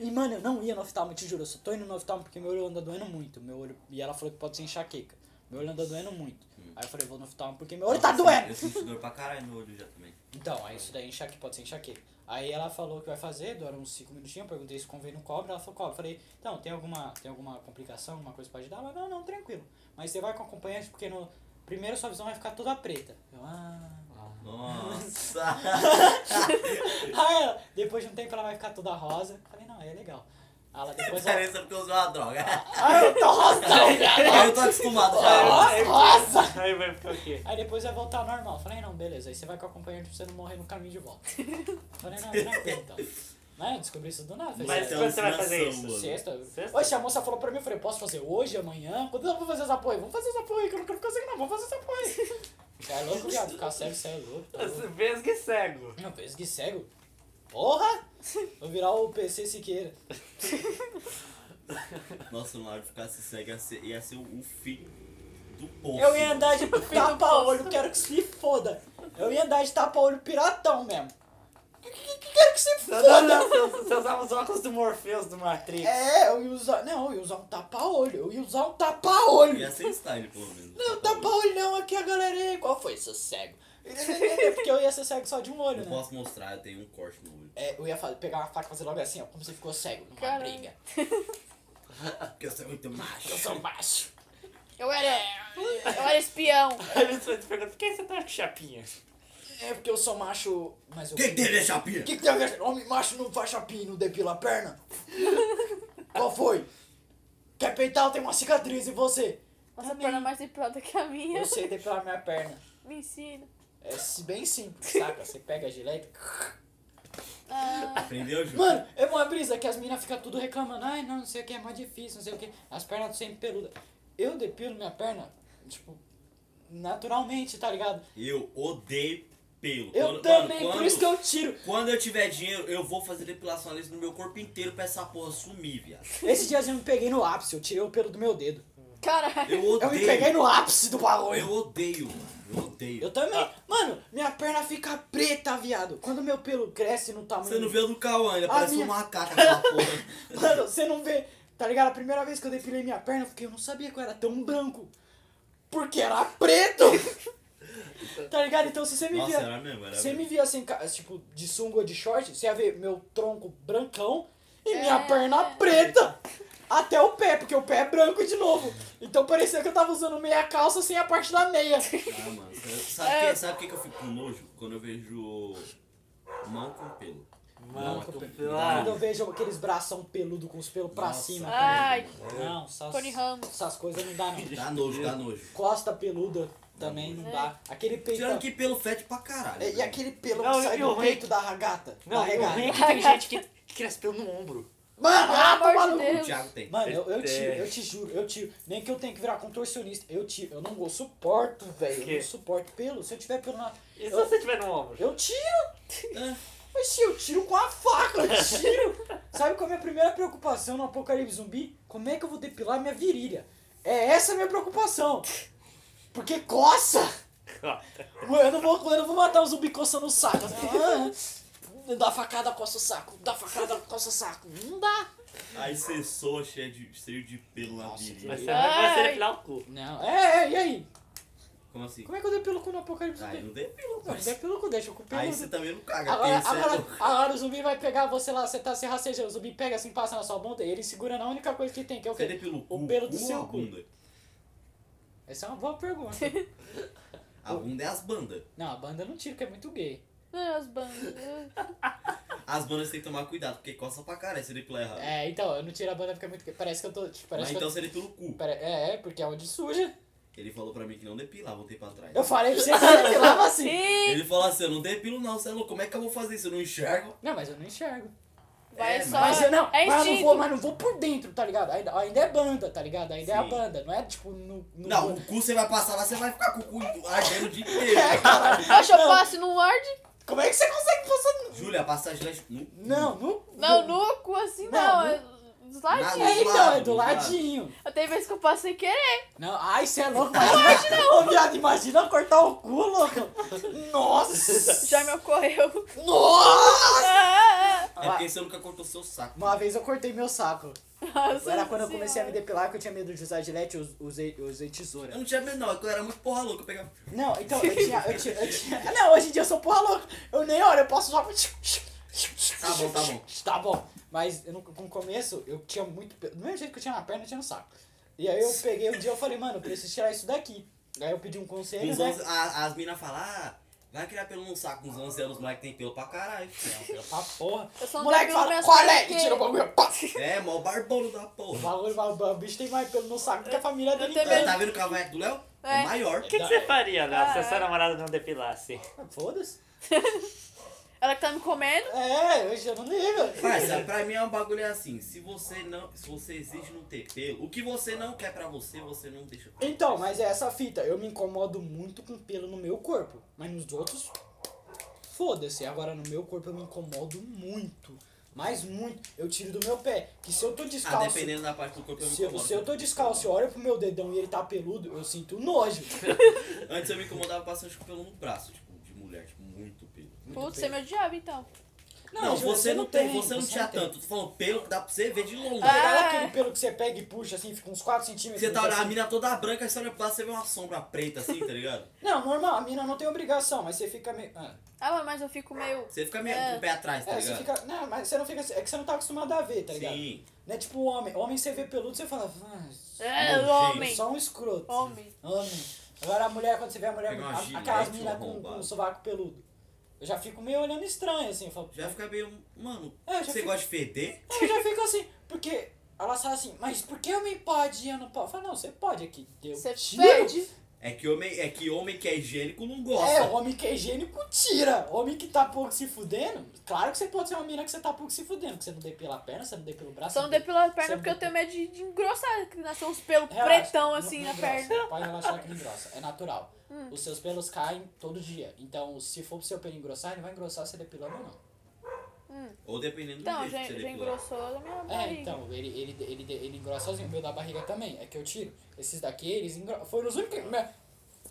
E, mano, eu não ia no oftalmo, te juro. Eu só tô indo no oftalmo porque meu olho anda doendo muito. Meu olho... E ela falou que pode ser enxaqueca. Meu olho anda doendo muito. Hum. Aí eu falei, vou no oftalmo porque meu olho tá doendo. Eu senti dor pra caralho no olho já também. Então, aí isso daí enxaqueca, pode ser enxaqueca. Aí ela falou que vai fazer, dura uns 5 minutinhos, eu perguntei se convém no cobre, ela falou cobre. Falei, então, tem alguma, tem alguma complicação, alguma coisa pode dar? Ela, não, não, tranquilo. Mas você vai com acompanhante, porque no primeiro sua visão vai ficar toda preta. Eu, ah... Nossa! Aí ela, depois de um tempo ela vai ficar toda rosa. Eu Falei, não, aí é legal. Aí Ela é. depois... Ela, Parece porque eu usei uma droga. ah, eu tô rosa, Eu tô acostumado já. rosa! Aí vai ficar o quê? Aí depois vai voltar ao normal. Falei, não, beleza. Aí você vai com o acompanhante pra você não morrer no caminho de volta. Falei, não, tranquilo, então. Né? Eu descobri isso do nada. Falei, Mas "Sério?" é quando você vai alucinação, fazer isso? mano. Sexta? Sexta? Oxe, a moça falou pra mim, eu falei, posso fazer hoje, amanhã? Quando eu vou fazer essa porra? aí? Vamos fazer essa porra aí, que eu não consigo não, vamos fazer essa porra aí. Você é louco, viado, ficar cego, você é louco. Tá louco. Vesgo e é cego. Não, pensa que cego. Porra! Vou virar o PC Siqueira. Nossa, no hora de ficar se cego ia ser, ia ser o, o fim do povo. Eu ia andar de tapa-olho, quero que se foda. Eu ia andar de tapa-olho piratão mesmo. Que- que- que- Quero que se foda. Você usava os óculos do Morpheus do Matrix. É, eu ia usar... Não, eu ia usar um tapa-olho. Eu ia usar um tapa-olho. Ia ser style, pelo menos. Não, tá olhão aqui a galera aí. Qual foi, seu cego? É Porque eu ia ser cego só de um olho, Eu né? posso mostrar, eu tenho um corte no olho. É, eu ia fa- pegar uma faca e fazer logo assim, ó. Como você ficou cego numa Caramba. briga. Porque eu sou muito macho. Eu sou macho. Eu era. Eu era espião. Aí eles te perguntam, por que você tá com chapinha? É porque eu sou macho, mas eu... O que que tem nesse chapinha? que, é que tem a ver? Homem macho não faz chapinha, não depila a perna. Qual foi? Quer peitar? Eu tenho uma cicatriz e você? Nossa Também. perna é mais empurrada que a minha. Eu sei depilar minha perna. Me ensina. É se- bem simples, saca? Você pega a gilete... Ah, Aprendeu, Ju? Mano, é uma brisa que as minas ficam tudo reclamando. Ai, não, não sei o que, é mais difícil, não sei o que. As pernas tão sempre peludas. Eu depilo minha perna, tipo, naturalmente, tá ligado? Eu odeio pelo. Eu Quando- também, mano, por isso que eu tiro. Quando eu tiver dinheiro, eu vou fazer depilação laser no meu corpo inteiro pra essa porra sumir, viado. Esse dia eu me peguei no ápice, eu tirei o pelo do meu dedo. caralho. Eu Eu odeio. me peguei no ápice do Eu bagulho. odeio, mano. Eu odeio. Eu também. Ah. Mano, minha perna fica preta, viado. Quando meu pelo cresce no tamanho... Você não vê o do Cauã, ele parece minha- um macaco aquela porra. Mano, você não vê. Tá ligado? A primeira vez que eu depilei minha perna, eu fiquei, eu não sabia que eu era tão branco. Porque era preto! tá ligado? Então se você me Nossa, via. era mesmo, era Você me mesmo. via assim, ca- tipo, de sunga ou de short, você ia ver meu tronco brancão e É. minha perna preta. Até o pé, porque o pé é branco de novo. Então parecia que eu tava usando meia calça sem a parte da meia. Ah, mano. Sabe, sabe, É. que, sabe que, que eu fico com nojo? Quando eu vejo mão com pelo. Mano, Não, que eu tô- Quando eu pelado. vejo aqueles bração peludo com os pelos pra Ah. Nossa, cima. tá velho. Ai. Não, essas, Ah. Tony Ramos. essas coisas não dá não. Dá nojo, dá nojo. Costa peluda também não É. dá. Aquele peito. Tirando que pelo fede pra caralho. né? Então. E velho. aquele pelo Não, que e- sai e do o peito Rick? da regata. Não, da eu regata. vi que tem gente que, que cresce pelo no ombro. Mano, Pelo ah, amor de tomar no cu. Deus. O Thiago tem. Mano, eu, eu, É. tiro, eu te juro, eu tiro. Nem que eu tenha que virar contorcionista. Eu tiro, eu não go- suporto, velho. Eu Quê? não suporto pelo. Se eu tiver pelo na. E se Eu- você tiver no ombro? Eu É. tiro! Oxi, eu tiro com a faca, eu tiro! Sabe qual é a minha primeira preocupação no apocalipse zumbi? Como é que eu vou depilar minha virilha? É essa a minha preocupação! Porque coça! Eu não vou, eu não vou matar um zumbi coçando o saco. Ah, dá facada, coça o saco. Dá facada, coça o saco. Não dá. Aí você soa cheio de, cheio de pelo na virilha. Mas você vai Ai. depilar o cu. Não, é, é, e aí? Como assim? Como é que eu depilo o cu no apocalipse Aí zumbi? não depilo, Não, parceiro. depilo o cu, deixa o cu Aí peludo. você também não caga. Agora, porque isso é agora, louco. agora o zumbi vai pegar você lá, você tá se rastejando, o zumbi pega assim, passa na sua bunda e ele segura na única coisa que tem, que é o Você quê? depila o cu, O pelo do cu ou seu a cu. bunda? Essa é uma boa pergunta. A bunda é as bandas. Não, a banda eu não tira, que é muito gay. Não, as bandas. As bandas tem que tomar cuidado, porque coça pra caralho se depilar errado. É, então, eu não tiro a banda fica muito gay. Parece que eu tô. Tipo, Mas parece então que você depila o eu... cu. Pare- É, é, porque é onde suja. Ele falou pra mim que não depilava, voltei pra trás. Eu falei pra você que você depilava assim. Ih, Ele falou assim, eu não depilo não, você é louco, como é que eu vou fazer isso? Eu não enxergo. Não, mas eu não enxergo. vai É, só. Mas eu não, é mas eu não instinto. vou, mas não vou por dentro, tá ligado? Ainda, ainda é banda, tá ligado? Ainda é a Sim. banda, não é tipo no. no Não, o cu você vai passar lá, você vai ficar com o cu ardendo o dia inteiro. Caralho. Acha Não. passe no Word? Como é que você consegue passar. no- Júlia, a passagem lá... é no- Não, no. Não, no cu assim não. Não, é Dos ladinhos. É, então, é do Do lado. ladinho. Tem vezes que eu passo sem querer. Não, ai, você é louco, mas imagina, ô viado, imagina cortar o cu, louco. Nossa! Já me ocorreu. Nossa! Ah, É porque você nunca cortou seu saco. Uma vez eu cortei meu saco. nossa Era quando eu comecei a me senhora. depilar que eu tinha medo de usar gilete, eu usei, eu usei tesoura. Eu não tinha medo não, é que eu era muito porra louca, eu pegava... Não, então, eu tinha, eu tinha, eu tinha... Ah, Não, hoje em dia eu sou porra louca. Eu nem olho, eu posso só... Tá bom, tá bom. Tá bom. Mas eu não- no começo eu tinha muito... pe- Do mesmo jeito que eu tinha na perna, eu tinha no saco. E aí eu peguei um dia eu falei, mano, eu preciso tirar isso daqui. Aí eu pedi um Com conselho, uns né? 11, a- as minas falam, ah, vai criar pelo num saco, com uns 11 anos, moleque tem pelo pra caralho. Pra porra. Eu só O não moleque depilo fala, minhas qual pernas é? E porque tira o bagulho, pá. É, mó barbudo da O porra. bagulho, vai- o bicho tem mais pelo no saco do que a família dele. tenho inteira. Tá vendo o cavanhaque do Léo? É, É. maior. O que, que você faria, Léo, se a sua namorada não depilasse? Ah, Foda-se. Ela que tá me comendo. É, eu já não lembro. Parça, pra mim é um bagulho assim, se você não, se você exige não ter pelo, o que você não quer pra você, você não deixa pra Então, mas é essa fita. Eu me incomodo muito com pelo no meu corpo. Mas nos outros, foda-se. Agora no meu corpo eu me incomodo muito. Mas muito. Eu tiro do meu pé. Que se eu tô Ah, descalço. dependendo da parte do corpo eu me se, é eu, incomodo. se eu tô descalço e olho pro meu dedão e ele tá peludo, eu sinto nojo. Antes eu me incomodava bastante com pelo no braço, tipo, de mulher, tipo, muito pelo. Putz, você é meu diabo então. Não, Ju, você, não tem, É. você não tinha tanto. Tô falando pelo que dá pra você ver de longe. Tá ligado Ah, aquele pelo que você pega e puxa assim, fica uns 4 centímetros. Você tá fica olhando a assim? mina toda branca, você olha pra lá, você vê uma sombra preta assim, tá ligado? Não, normal, a mina não tem obrigação, mas você fica meio. Ah. Ah, mas eu fico meio. Você fica meio com o pé atrás, tá É, você ligado? fica. Não, mas você não fica. É que você não tá acostumado a ver, tá ligado? Sim. Não é tipo homem. Homem você vê peludo, você fala. Ah, É, Nojento. homem. só um escroto. Homem. Homem. Agora a mulher, quando você vê a mulher. Pegar a- uma gilete, aquelas um minas com, com arrombado. sovaco peludo. Eu já fico meio olhando estranho, assim. Eu falo. Já fica meio. Mano, É, já você fica- gosta de feder? Eu já fico assim. Porque ela fala assim, mas por que homem pode e eu não posso? Eu falo, não, você pode aqui. Deu. Você tiro. perde. É que homem, é que homem que é higiênico não gosta. É, homem que é higiênico tira. Homem que tá pouco se fudendo, claro que você pode ser uma mina que você tá pouco se fudendo. Que você não depila a perna, você não depila o braço. Só não depila a Você perna não porque eu depila. tenho medo de, de engrossar. Que nasceu uns pelos Relaxa, pretão não- assim não na engrossa, perna. Hum. Pode relaxar que não engrossa, é natural. Os seus pelos caem todo dia. Então, se for pro seu pelo engrossar, ele vai engrossar se depilando ou não. Ou dependendo do Então, jeito já, que você já depilar. engrossou da minha barriga. É, então, ele, ele, ele, ele engrossa sozinho. O meu da barriga também, é que eu tiro. Esses daqui, eles engrossam. Foram os únicos. né?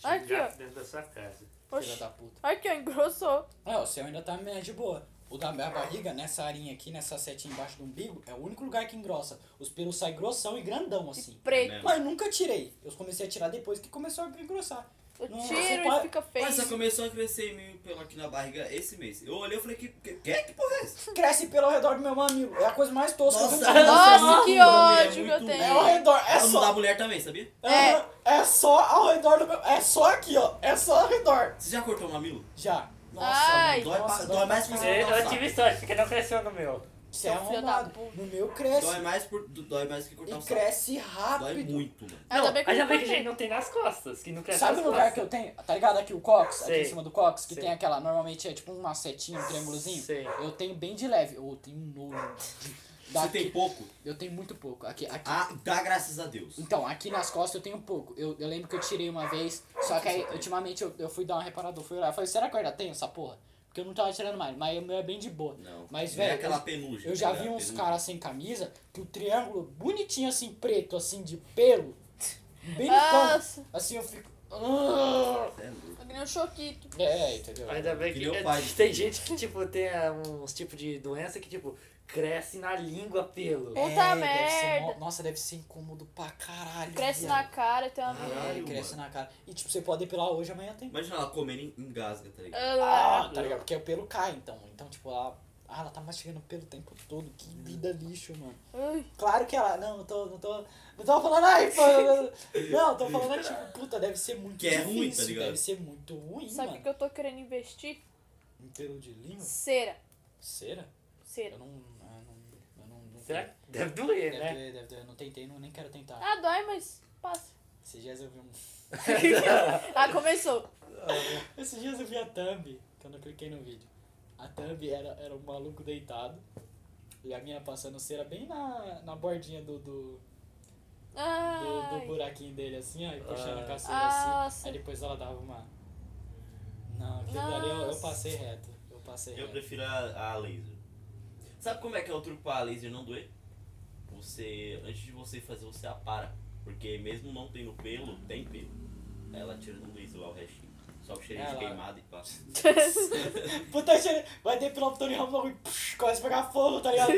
Aqui, Já ó. dentro da sua casa. Filha Oxi. da puta. Aqui, ó, engrossou. É, o seu ainda tá meio de boa. O da minha barriga, nessa arinha aqui, nessa setinha embaixo do umbigo, é o único lugar que engrossa. Os pelos saem grossão e grandão, assim. Preto. mesmo. Mas eu nunca tirei. Eu comecei a tirar depois que começou a engrossar. Eu Não, você tiro e pode- fica feio. Mas só começou a crescer meio pelo aqui na barriga esse mês. Eu olhei e falei, que, que, que porra é essa? Cresce pelo redor do meu mamilo. É a coisa mais tosca que eu já vi. Nossa, que Nossa, ódio é que eu muito- tenho. É ao redor, é Ela não dá só. mulher também, sabia? É. Aham, É só ao redor do meu. É só aqui, ó. É só ao redor. Você já cortou o mamilo? Já. Nossa, Ai. mano, dói, Nossa, pra- dói dói mais que pra você Eu, eu cortar tive o saco. sorte, porque não cresceu no meu. Você é Seu filho da arrombado. puta. No meu cresce. Dói mais, por, dói mais que cortar E o saco. cresce Dói rápido. muito, mano. Ainda bem que eu Ainda bem que cortei. a gente não tem nas costas, que não cresce Sabe o nas lugar que costas. eu tenho? Tá ligado aqui o cox? Aqui em Sei. cima do cox? Que Sei. tem aquela, normalmente é tipo uma setinha, um triângulozinho. Sei. Eu tenho bem de leve. Ou tenho um nojo. Você Daqui, tem pouco? Eu tenho muito pouco. Aqui, aqui. Ah, dá graças a Deus. Então, aqui nas costas eu tenho pouco. Eu, eu lembro que eu tirei uma vez, só que aí, ultimamente eu, eu fui dar uma reparada, eu fui olhar. Eu falei, será que eu ainda tenho essa porra? Porque eu não tava tirando mais, mas o meu é bem de boa. Não. Mas, não é velho, aquela eu- penugem. Eu já tá vi ligado? uns Penugem. caras sem camisa, que o triângulo bonitinho assim, preto, assim, de pelo, bem Ah. no canto, Nossa, assim eu fico... "Ah." Cê é louco. eu ganhei um choquito. É, entendeu? Ainda bem Que que, nem o pai. tem gente que, tipo, tem ah, uns tipos de doença que, tipo, Cresce na língua pelo. É. Puta deve ser merda. mó- Nossa, deve ser incômodo pra caralho. Cresce viado. na cara, tem uma Caralho. É, cresce na cara. E tipo, você pode depilar hoje, amanhã tem. Imagina ela comendo e engasga, tá ligado? Ah, Ah, tá ligado? Porque o pelo cai, então. Então, tipo, ela. Ah, ela tá mastigando pelo o tempo todo. Que Hum. vida lixo, mano. Ui, Claro que ela. Não, não tô. Não tô, não tô falando. Ai, pô, não, tô falando que, tipo, puta, deve ser muito Que é ruim, tá difícil, ligado? Deve ser muito ruim, Sabe o mano. que eu tô querendo investir? Um pelo de língua? Cera. Cera? Cera. Eu não. Eu não. Eu não, não Será que deve doer, é, Deve né? ter, deve ter. Eu não tentei, não, nem quero tentar. Ah, dói, mas passa. Esses dias eu vi um. né? Ah, começou. Esses dias eu vi a thumb, quando eu cliquei no vídeo. A thumb era, era um maluco deitado. E a minha passando cera bem na, na bordinha do, do, do, do Ai. Ah, buraquinho dele, assim, ó, e puxando a caceira assim. Nossa. Aí depois ela dava uma. Não, aquilo dali eu, eu Nossa. passei reto. Eu passei Eu reto. prefiro a, a laser. Sabe como é que é o truque pra laser não doer? Você, antes de você fazer, você apara. Porque mesmo não tendo pelo, tem pelo. Aí Ela tira no laser lá o restinho. Só o cheirinho Ela- de queimado e passa. Puta cheiro, vai depilar o Tony Ramos e psh, quase pegar fogo, tá ligado?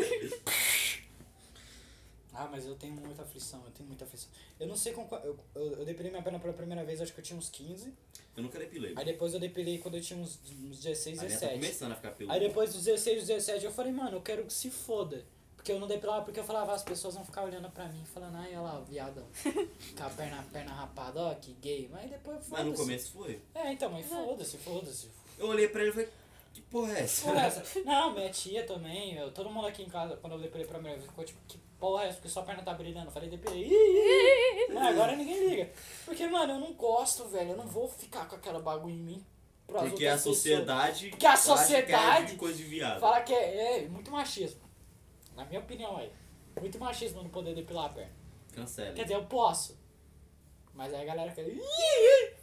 ah, mas eu tenho muita aflição, eu tenho muita aflição. Eu não sei com qual. Eu, eu, eu depilei minha perna pela primeira vez, acho que eu tinha uns 15. Eu nunca depilei. Aí depois eu depilei quando eu tinha uns, uns 16, A minha tá 17. começando a ficar peluda. Aí depois dos 16, 17 eu falei, mano, eu quero que se foda. Porque eu não depilava, porque eu falava, "Ah, as pessoas vão ficar olhando pra mim, falando, ai, olha lá, o viadão. Com a perna, perna rapada, ó, que gay. Mas depois Mas foda-se. no começo foi. É, então, mas foda-se, foda-se. Eu olhei pra ele e falei, que porra é essa? Porra, essa- Não, minha tia também, eu- todo mundo aqui em casa, quando eu depilei pra mulher, ficou tipo, que porra é essa? Porque sua perna tá brilhando. Eu falei, depilei. Ih, ih, ih. Não, agora ninguém liga. Porque, mano, eu não gosto, velho. Eu não vou ficar com aquela bagulho em mim. pras Porque a outras pessoas. sociedade. Porque a acha que é sociedade- coisa de viado. Fala que é, é muito machismo. Na minha opinião, aí. Muito machismo não poder depilar a perna. Cancela. Quer dizer, eu posso. Mas aí a galera fica. "Ih, ih".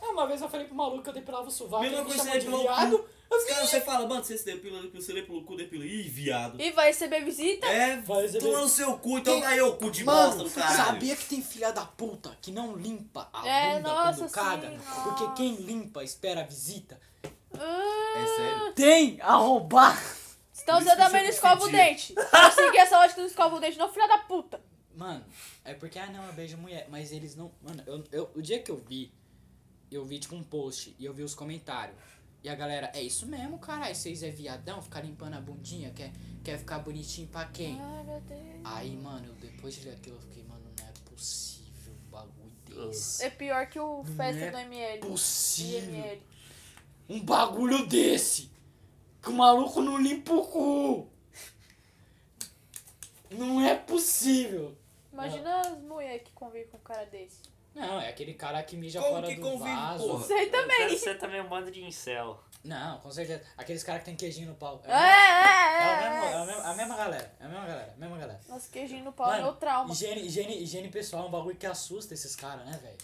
Ah, Uma vez eu falei pro maluco que eu depilava o sovaco, ele Mesma me coisa chamou é de de louco. viado. Eu Os fiquei. caras, você fala, mano, você se depila, depila, você depila o cu, depila. Ih, viado. E vai ser visita? É, Vai, você toma vê. no seu cu, então vai eu, cu de bosta Mano, do caralho. sabia que tem filha da puta que não limpa a É, bunda nossa, quando caga? sim, porque nossa. quem limpa espera a visita. Ah, É sério? Tem arrombado. Você tá usando a mãe não escova o dente. Eu segui essa lógica do escova o dente, não, filha da puta. Mano, é porque, ah não, eu beijo mulher. Mas eles não. Mano, eu, eu- o dia que eu vi, eu vi tipo um post e eu vi os comentários. E a galera, é isso mesmo, caralho. Vocês é viadão, ficar limpando a bundinha, quer, quer ficar bonitinho pra quem? Ai, meu Deus. Aí, mano, eu- depois de ler aquilo, eu fiquei, mano, não é possível um bagulho desse. É pior que o festa é do ML. Possível. IML. um bagulho desse. Que o maluco não limpa o cu. Não é possível. Imagina as mulheres que convivem com um cara desse. Não, é aquele cara que mija Como fora que do convive, vaso. porra? Sei também. Deve ser também um bando de incel. Não, com certeza. Aqueles caras que tem queijinho no pau. É, É, o mesmo- é o mesmo- é é, o mesmo- é. a mesma galera. É a mesma galera. A mesma galera. Nossa, queijinho no pau Mano, é o trauma. Higiene, higiene, higiene pessoal é um bagulho que assusta esses caras, né, velho?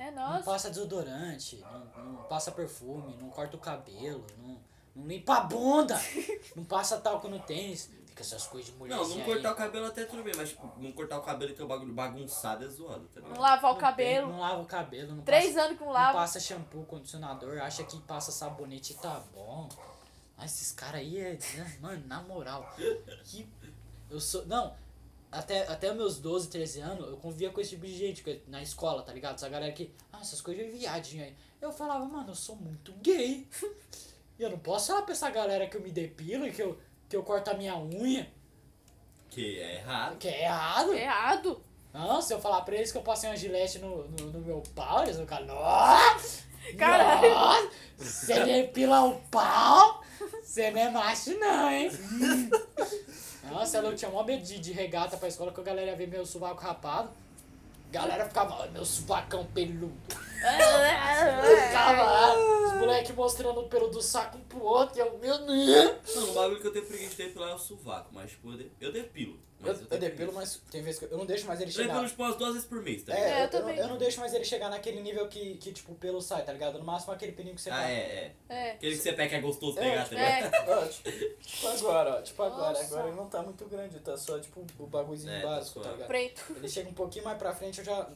É Não nossa. passa desodorante, não, não passa perfume, não corta o cabelo, não, não limpa a bunda, não passa talco no tênis. Fica essas coisas de mulher. Não, não cortar o cabelo até tudo bem, mas tipo, não cortar o cabelo e ter o bagulho bagunçado é zoado, tá Não ligado? lavar o cabelo. Não lava o cabelo, não Três passa, anos que não não lava. passa shampoo, condicionador, acha que passa sabonete e tá bom. Ah, esses caras aí é. né, Mano, na moral. Que. Eu sou. Não. Até, até meus 12, 13 anos, eu convivia com esse tipo de gente que- na escola, tá ligado? Essa galera que. Ah, essas coisas é viadinho aí. Eu falava, mano, eu sou muito gay. E eu não posso falar pra essa galera que eu me depilo e que eu, que eu corto a minha unha. Que é errado. Que é errado. Errado. Não, se eu falar pra eles que eu passei uma gilete no, no, no meu pau, eles vão ficar, nossa! Caralho. nossa, Você depila o pau? Você não é macho não, hein? Hum. nossa, eu tinha mó medo de, de regata pra escola que a galera ia ver meu sovaco rapado. A galera ficava, "Ai, meu sovacão peludo. É, Ficava lá, os moleques mostrando o pelo do saco um pro outro, e eu, meu Deus. Mano, o bagulho que eu tenho preguiça de depilar é o sovaco, mas tipo, eu, de- eu depilo. Eu, Mas eu tenho depilo, preguiça. mas tem vezes que eu, eu não deixo mais ele Eu chegar. depilo tipo umas duas vezes por mês, tá ligado? É, eu É, eu, eu, não, também. eu não deixo mais ele chegar naquele nível que, que tipo, o pelo sai, tá ligado? No máximo aquele pelinho que você Ah, é, é. É. Aquele que você pega que é gostoso É, pegar, tá ligado? É. Ó, tipo, tipo agora, ó. Tipo agora. Nossa. Agora ele não tá muito grande, tá só tipo o bagulhozinho É, tá básico, tá suave. ligado? Preto. Ele chega um pouquinho mais pra frente, eu já.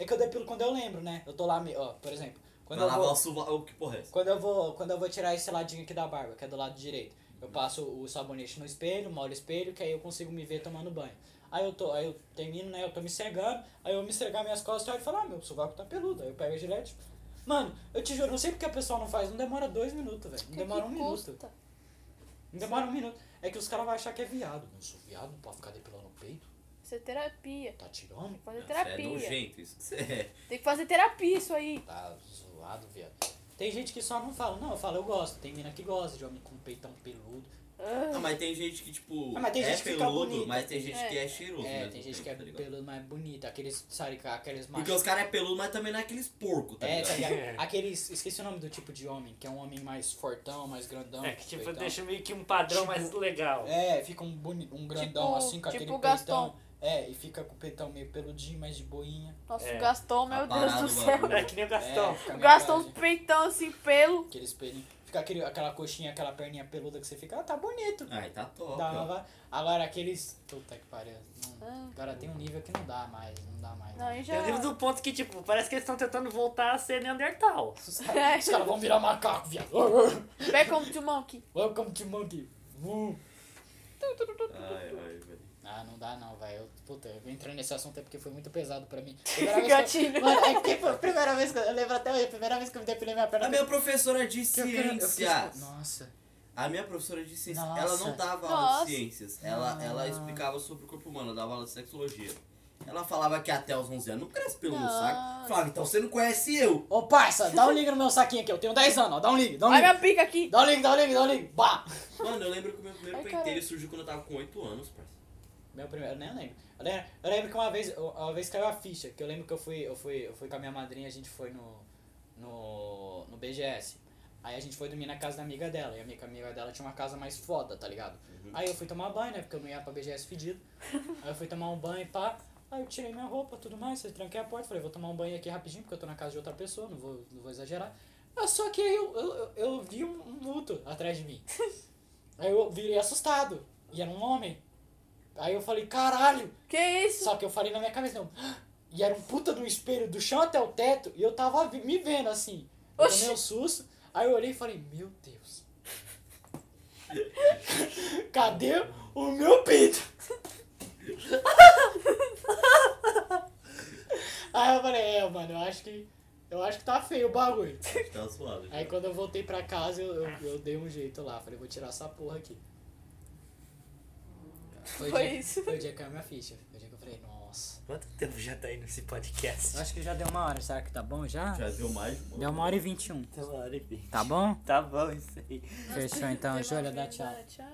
É que eu depilo quando eu lembro, né? Eu tô lá, me- ó, por exemplo. Quando Vai eu lavar o vou. sovaco, que porra é essa? Quando eu vou, quando eu vou tirar esse ladinho aqui da barba, que é do lado direito. Eu passo o sabonete no espelho, molho o espelho, que aí eu consigo me ver tomando banho. Aí eu, tô, aí eu termino, né? Eu tô me cegando, aí eu me cegar minhas costas e falo, ah, meu sovaco tá peludo. Aí eu pego a gilete. Mano, eu te juro, não sei porque a pessoa não faz, não demora dois minutos, velho. Não demora um minuto. Não demora um minuto. É que os caras vão achar que é viado. Não sou viado, não pode ficar depilando o peito, Isso é terapia. tá tirando, Tem que fazer É terapia. nojento isso que você é. Tem que fazer terapia isso aí. tá zoado, viado. Tem gente que só não fala, não, eu falo, eu gosto. Tem mina que gosta de homem com peitão peludo. Ah. Não, Ah, mas tem gente que, tipo, Ah, mas tem é gente que fica peludo, bonito. né? mas tem gente que é cheiroso. É, né, tem do gente tempo, que é tá ligado? peludo mais bonito, aqueles saricá, aqueles Porque os caras é peludo, mas também não é aqueles porco, tá É, ligado? tá ligado? Aqueles. Esqueci o nome do tipo de homem, que é um homem mais fortão, mais grandão. É, que tipo, Então, peitão. deixa meio que um padrão Tipo, mais legal. É, fica um, boni... um grandão Tipo- assim, com tipo aquele o Gastão. peitão. É, e fica com o peitão meio peludinho, mais de boinha. Nossa, É. o Gaston, meu Deus Aparado do o céu. bagulho. É que nem o Gastão. É, Tá fica O meio Gaston, grande, peitão assim, pelo. Aquele espelhinho. Fica aquele, aquela coxinha, aquela perninha peluda que você fica, ah, tá bonito. Ai, tá top. Dá ó. uma va- Agora aqueles. Puta que pariu. Não... Ah, Agora tem um nível que não dá mais, não dá mais. Não, aí já. Eu lembro um do ponto que, tipo, parece que eles estão tentando voltar a ser Neandertal. Os caras os caras vão virar macaco, viado. Beckham to Monkey. Welcome to Monkey. Woo. Ai, ai, velho. Ah, não dá não, velho. Eu- Puta, eu entrei nesse assunto é porque foi muito pesado pra mim. Primeira vez que eu, Gatilho. mano, é porque foi a primeira vez que eu, eu lembro até hoje, a primeira vez que eu me depilei minha perna. A minha professora de que eu- que eu- eu fiz- ciências. Nossa. A minha professora de ciências, Nossa. ela não dava aula Nossa. de ciências. Ela, ela explicava sobre o corpo humano, ela dava aula de sexologia. Ela falava que até os 11 anos não cresce pelo no Nossa. saco. Falava, então você não conhece eu. Ô, parça, dá um ligue no meu saquinho aqui. Eu tenho 10 anos, ó. Dá um ligue, dá um Olha ligue. minha pica aqui. Dá um ligue, dá um ligue, dá um ligue. Bah! Mano, eu lembro que o meu primeiro Ai, penteiro caralho. surgiu quando eu tava com 8 anos, parceiro. Meu primeiro, eu nem lembro. Eu lembro, eu lembro que uma vez, uma vez caiu a ficha, que eu lembro que eu fui, eu fui, eu fui com a minha madrinha, a gente foi no, no, no BGS. Aí a gente foi dormir na casa da amiga dela, e a amiga, a amiga dela tinha uma casa mais foda, tá ligado? Aí eu fui tomar banho, né, porque eu não ia pra BGS fedido. Aí eu fui tomar um banho e pá, aí eu tirei minha roupa, tudo mais, eu tranquei a porta, falei, vou tomar um banho aqui rapidinho, porque eu tô na casa de outra pessoa, não vou, não vou exagerar. Ah, Só que aí eu, eu, eu, eu vi um um vulto atrás de mim. Aí eu virei assustado, e era um homem. Aí eu falei, caralho! Que isso? Só que eu falei na minha cabeça, não. E era um puta de um espelho do chão até o teto, e eu tava vi- me vendo assim. Eu Oxi. tomei um susto, aí eu olhei e falei, meu Deus. Cadê o meu pinto? aí eu falei, é, mano, eu acho que. Eu acho que tá feio o bagulho. Acho que Tá zoado. já. Aí quando eu voltei pra casa, eu, eu, eu dei um jeito lá. Falei, vou tirar essa porra aqui. Foi, o Foi dia- isso. Foi o dia que caiu minha ficha. Foi o dia que eu falei, nossa. Quanto tempo já tá aí nesse podcast? Acho que já deu uma hora, será que tá bom já? Já deu mais, mano. Deu uma hora e vinte e um, Tá uma hora e vinte. tá bom? Tá bom isso aí. Fechou então, Júlia, dá tchau. Tchau.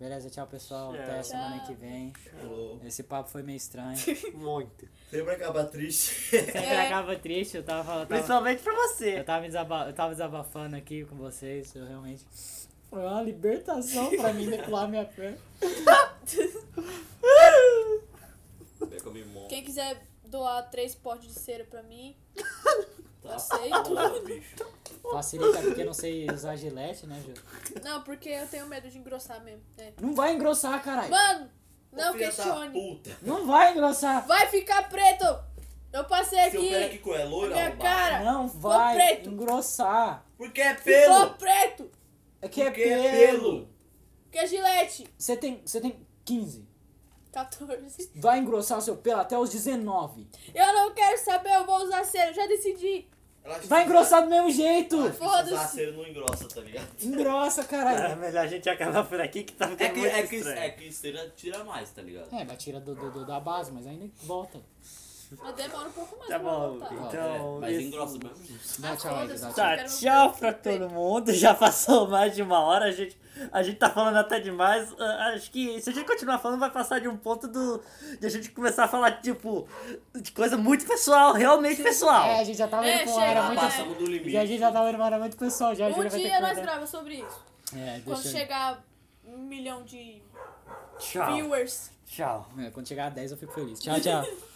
Beleza, tchau pessoal, até Tchau. semana que vem. Falou. Esse papo foi meio estranho. Muito. Sempre acaba triste. Sempre acaba triste, eu tava, eu tava, Principalmente pra eu você. tava, me desaba- eu tava desabafando aqui com vocês, eu realmente... Foi uma libertação pra mim decolar minha perna. Pega me monta. Quem quiser doar três potes de cera pra mim, Tá aceito. foda, bicho. Facilita porque eu não sei usar gilete, né, Júlia? Não, porque eu tenho medo de engrossar mesmo. É. Não vai engrossar, caralho. Mano, não Filha da questione. puta. Não vai engrossar. Vai ficar preto! Eu passei Seu pé aqui aqui! com é loira, Minha arrombado? cara! Não vai preto. engrossar. Porque é Ficou pelo. preto! É que é Porque pelo. é pelo. Que é gilete! Você tem, você tem 15. 14. Vai engrossar o seu pelo até os 19. Eu não quero saber, eu vou usar cera, eu já decidi! Ela acha Vai que- engrossar do mesmo jeito. ela acha que Foda-se. se usar cera não engrossa, tá ligado? Engrossa, É caralho. melhor a gente acabar por aqui que tá ficando É que, muito é, que, estranho. é que cera tira mais, tá ligado? É, mas tira do, do- do- da base, mas ainda volta. Mas demora um pouco mais Tá pra bom, voltar. então... É, mas esse- engrossa mesmo. Dá tchau aí, dá tchau. Tá, Quero- tchau pra todo mundo. Já passou mais de uma hora. A gente, a gente tá falando até demais. Ah, Acho que se a gente continuar falando, vai passar de um ponto do, de a gente começar a falar, tipo, de coisa muito pessoal, realmente pessoal. É, a gente já tava É, indo com uma chega, área vai. muito... Passamos do limite. E a gente já tá tava indo pra uma área é muito pessoal. Já a Um Júlia vai ter que dia nós cortar. gravamos sobre isso. É, Quando deixa eu... chegar um milhão de Tchau. viewers. Tchau. É, Quando chegar a 10 eu fico feliz. Tchau, tchau.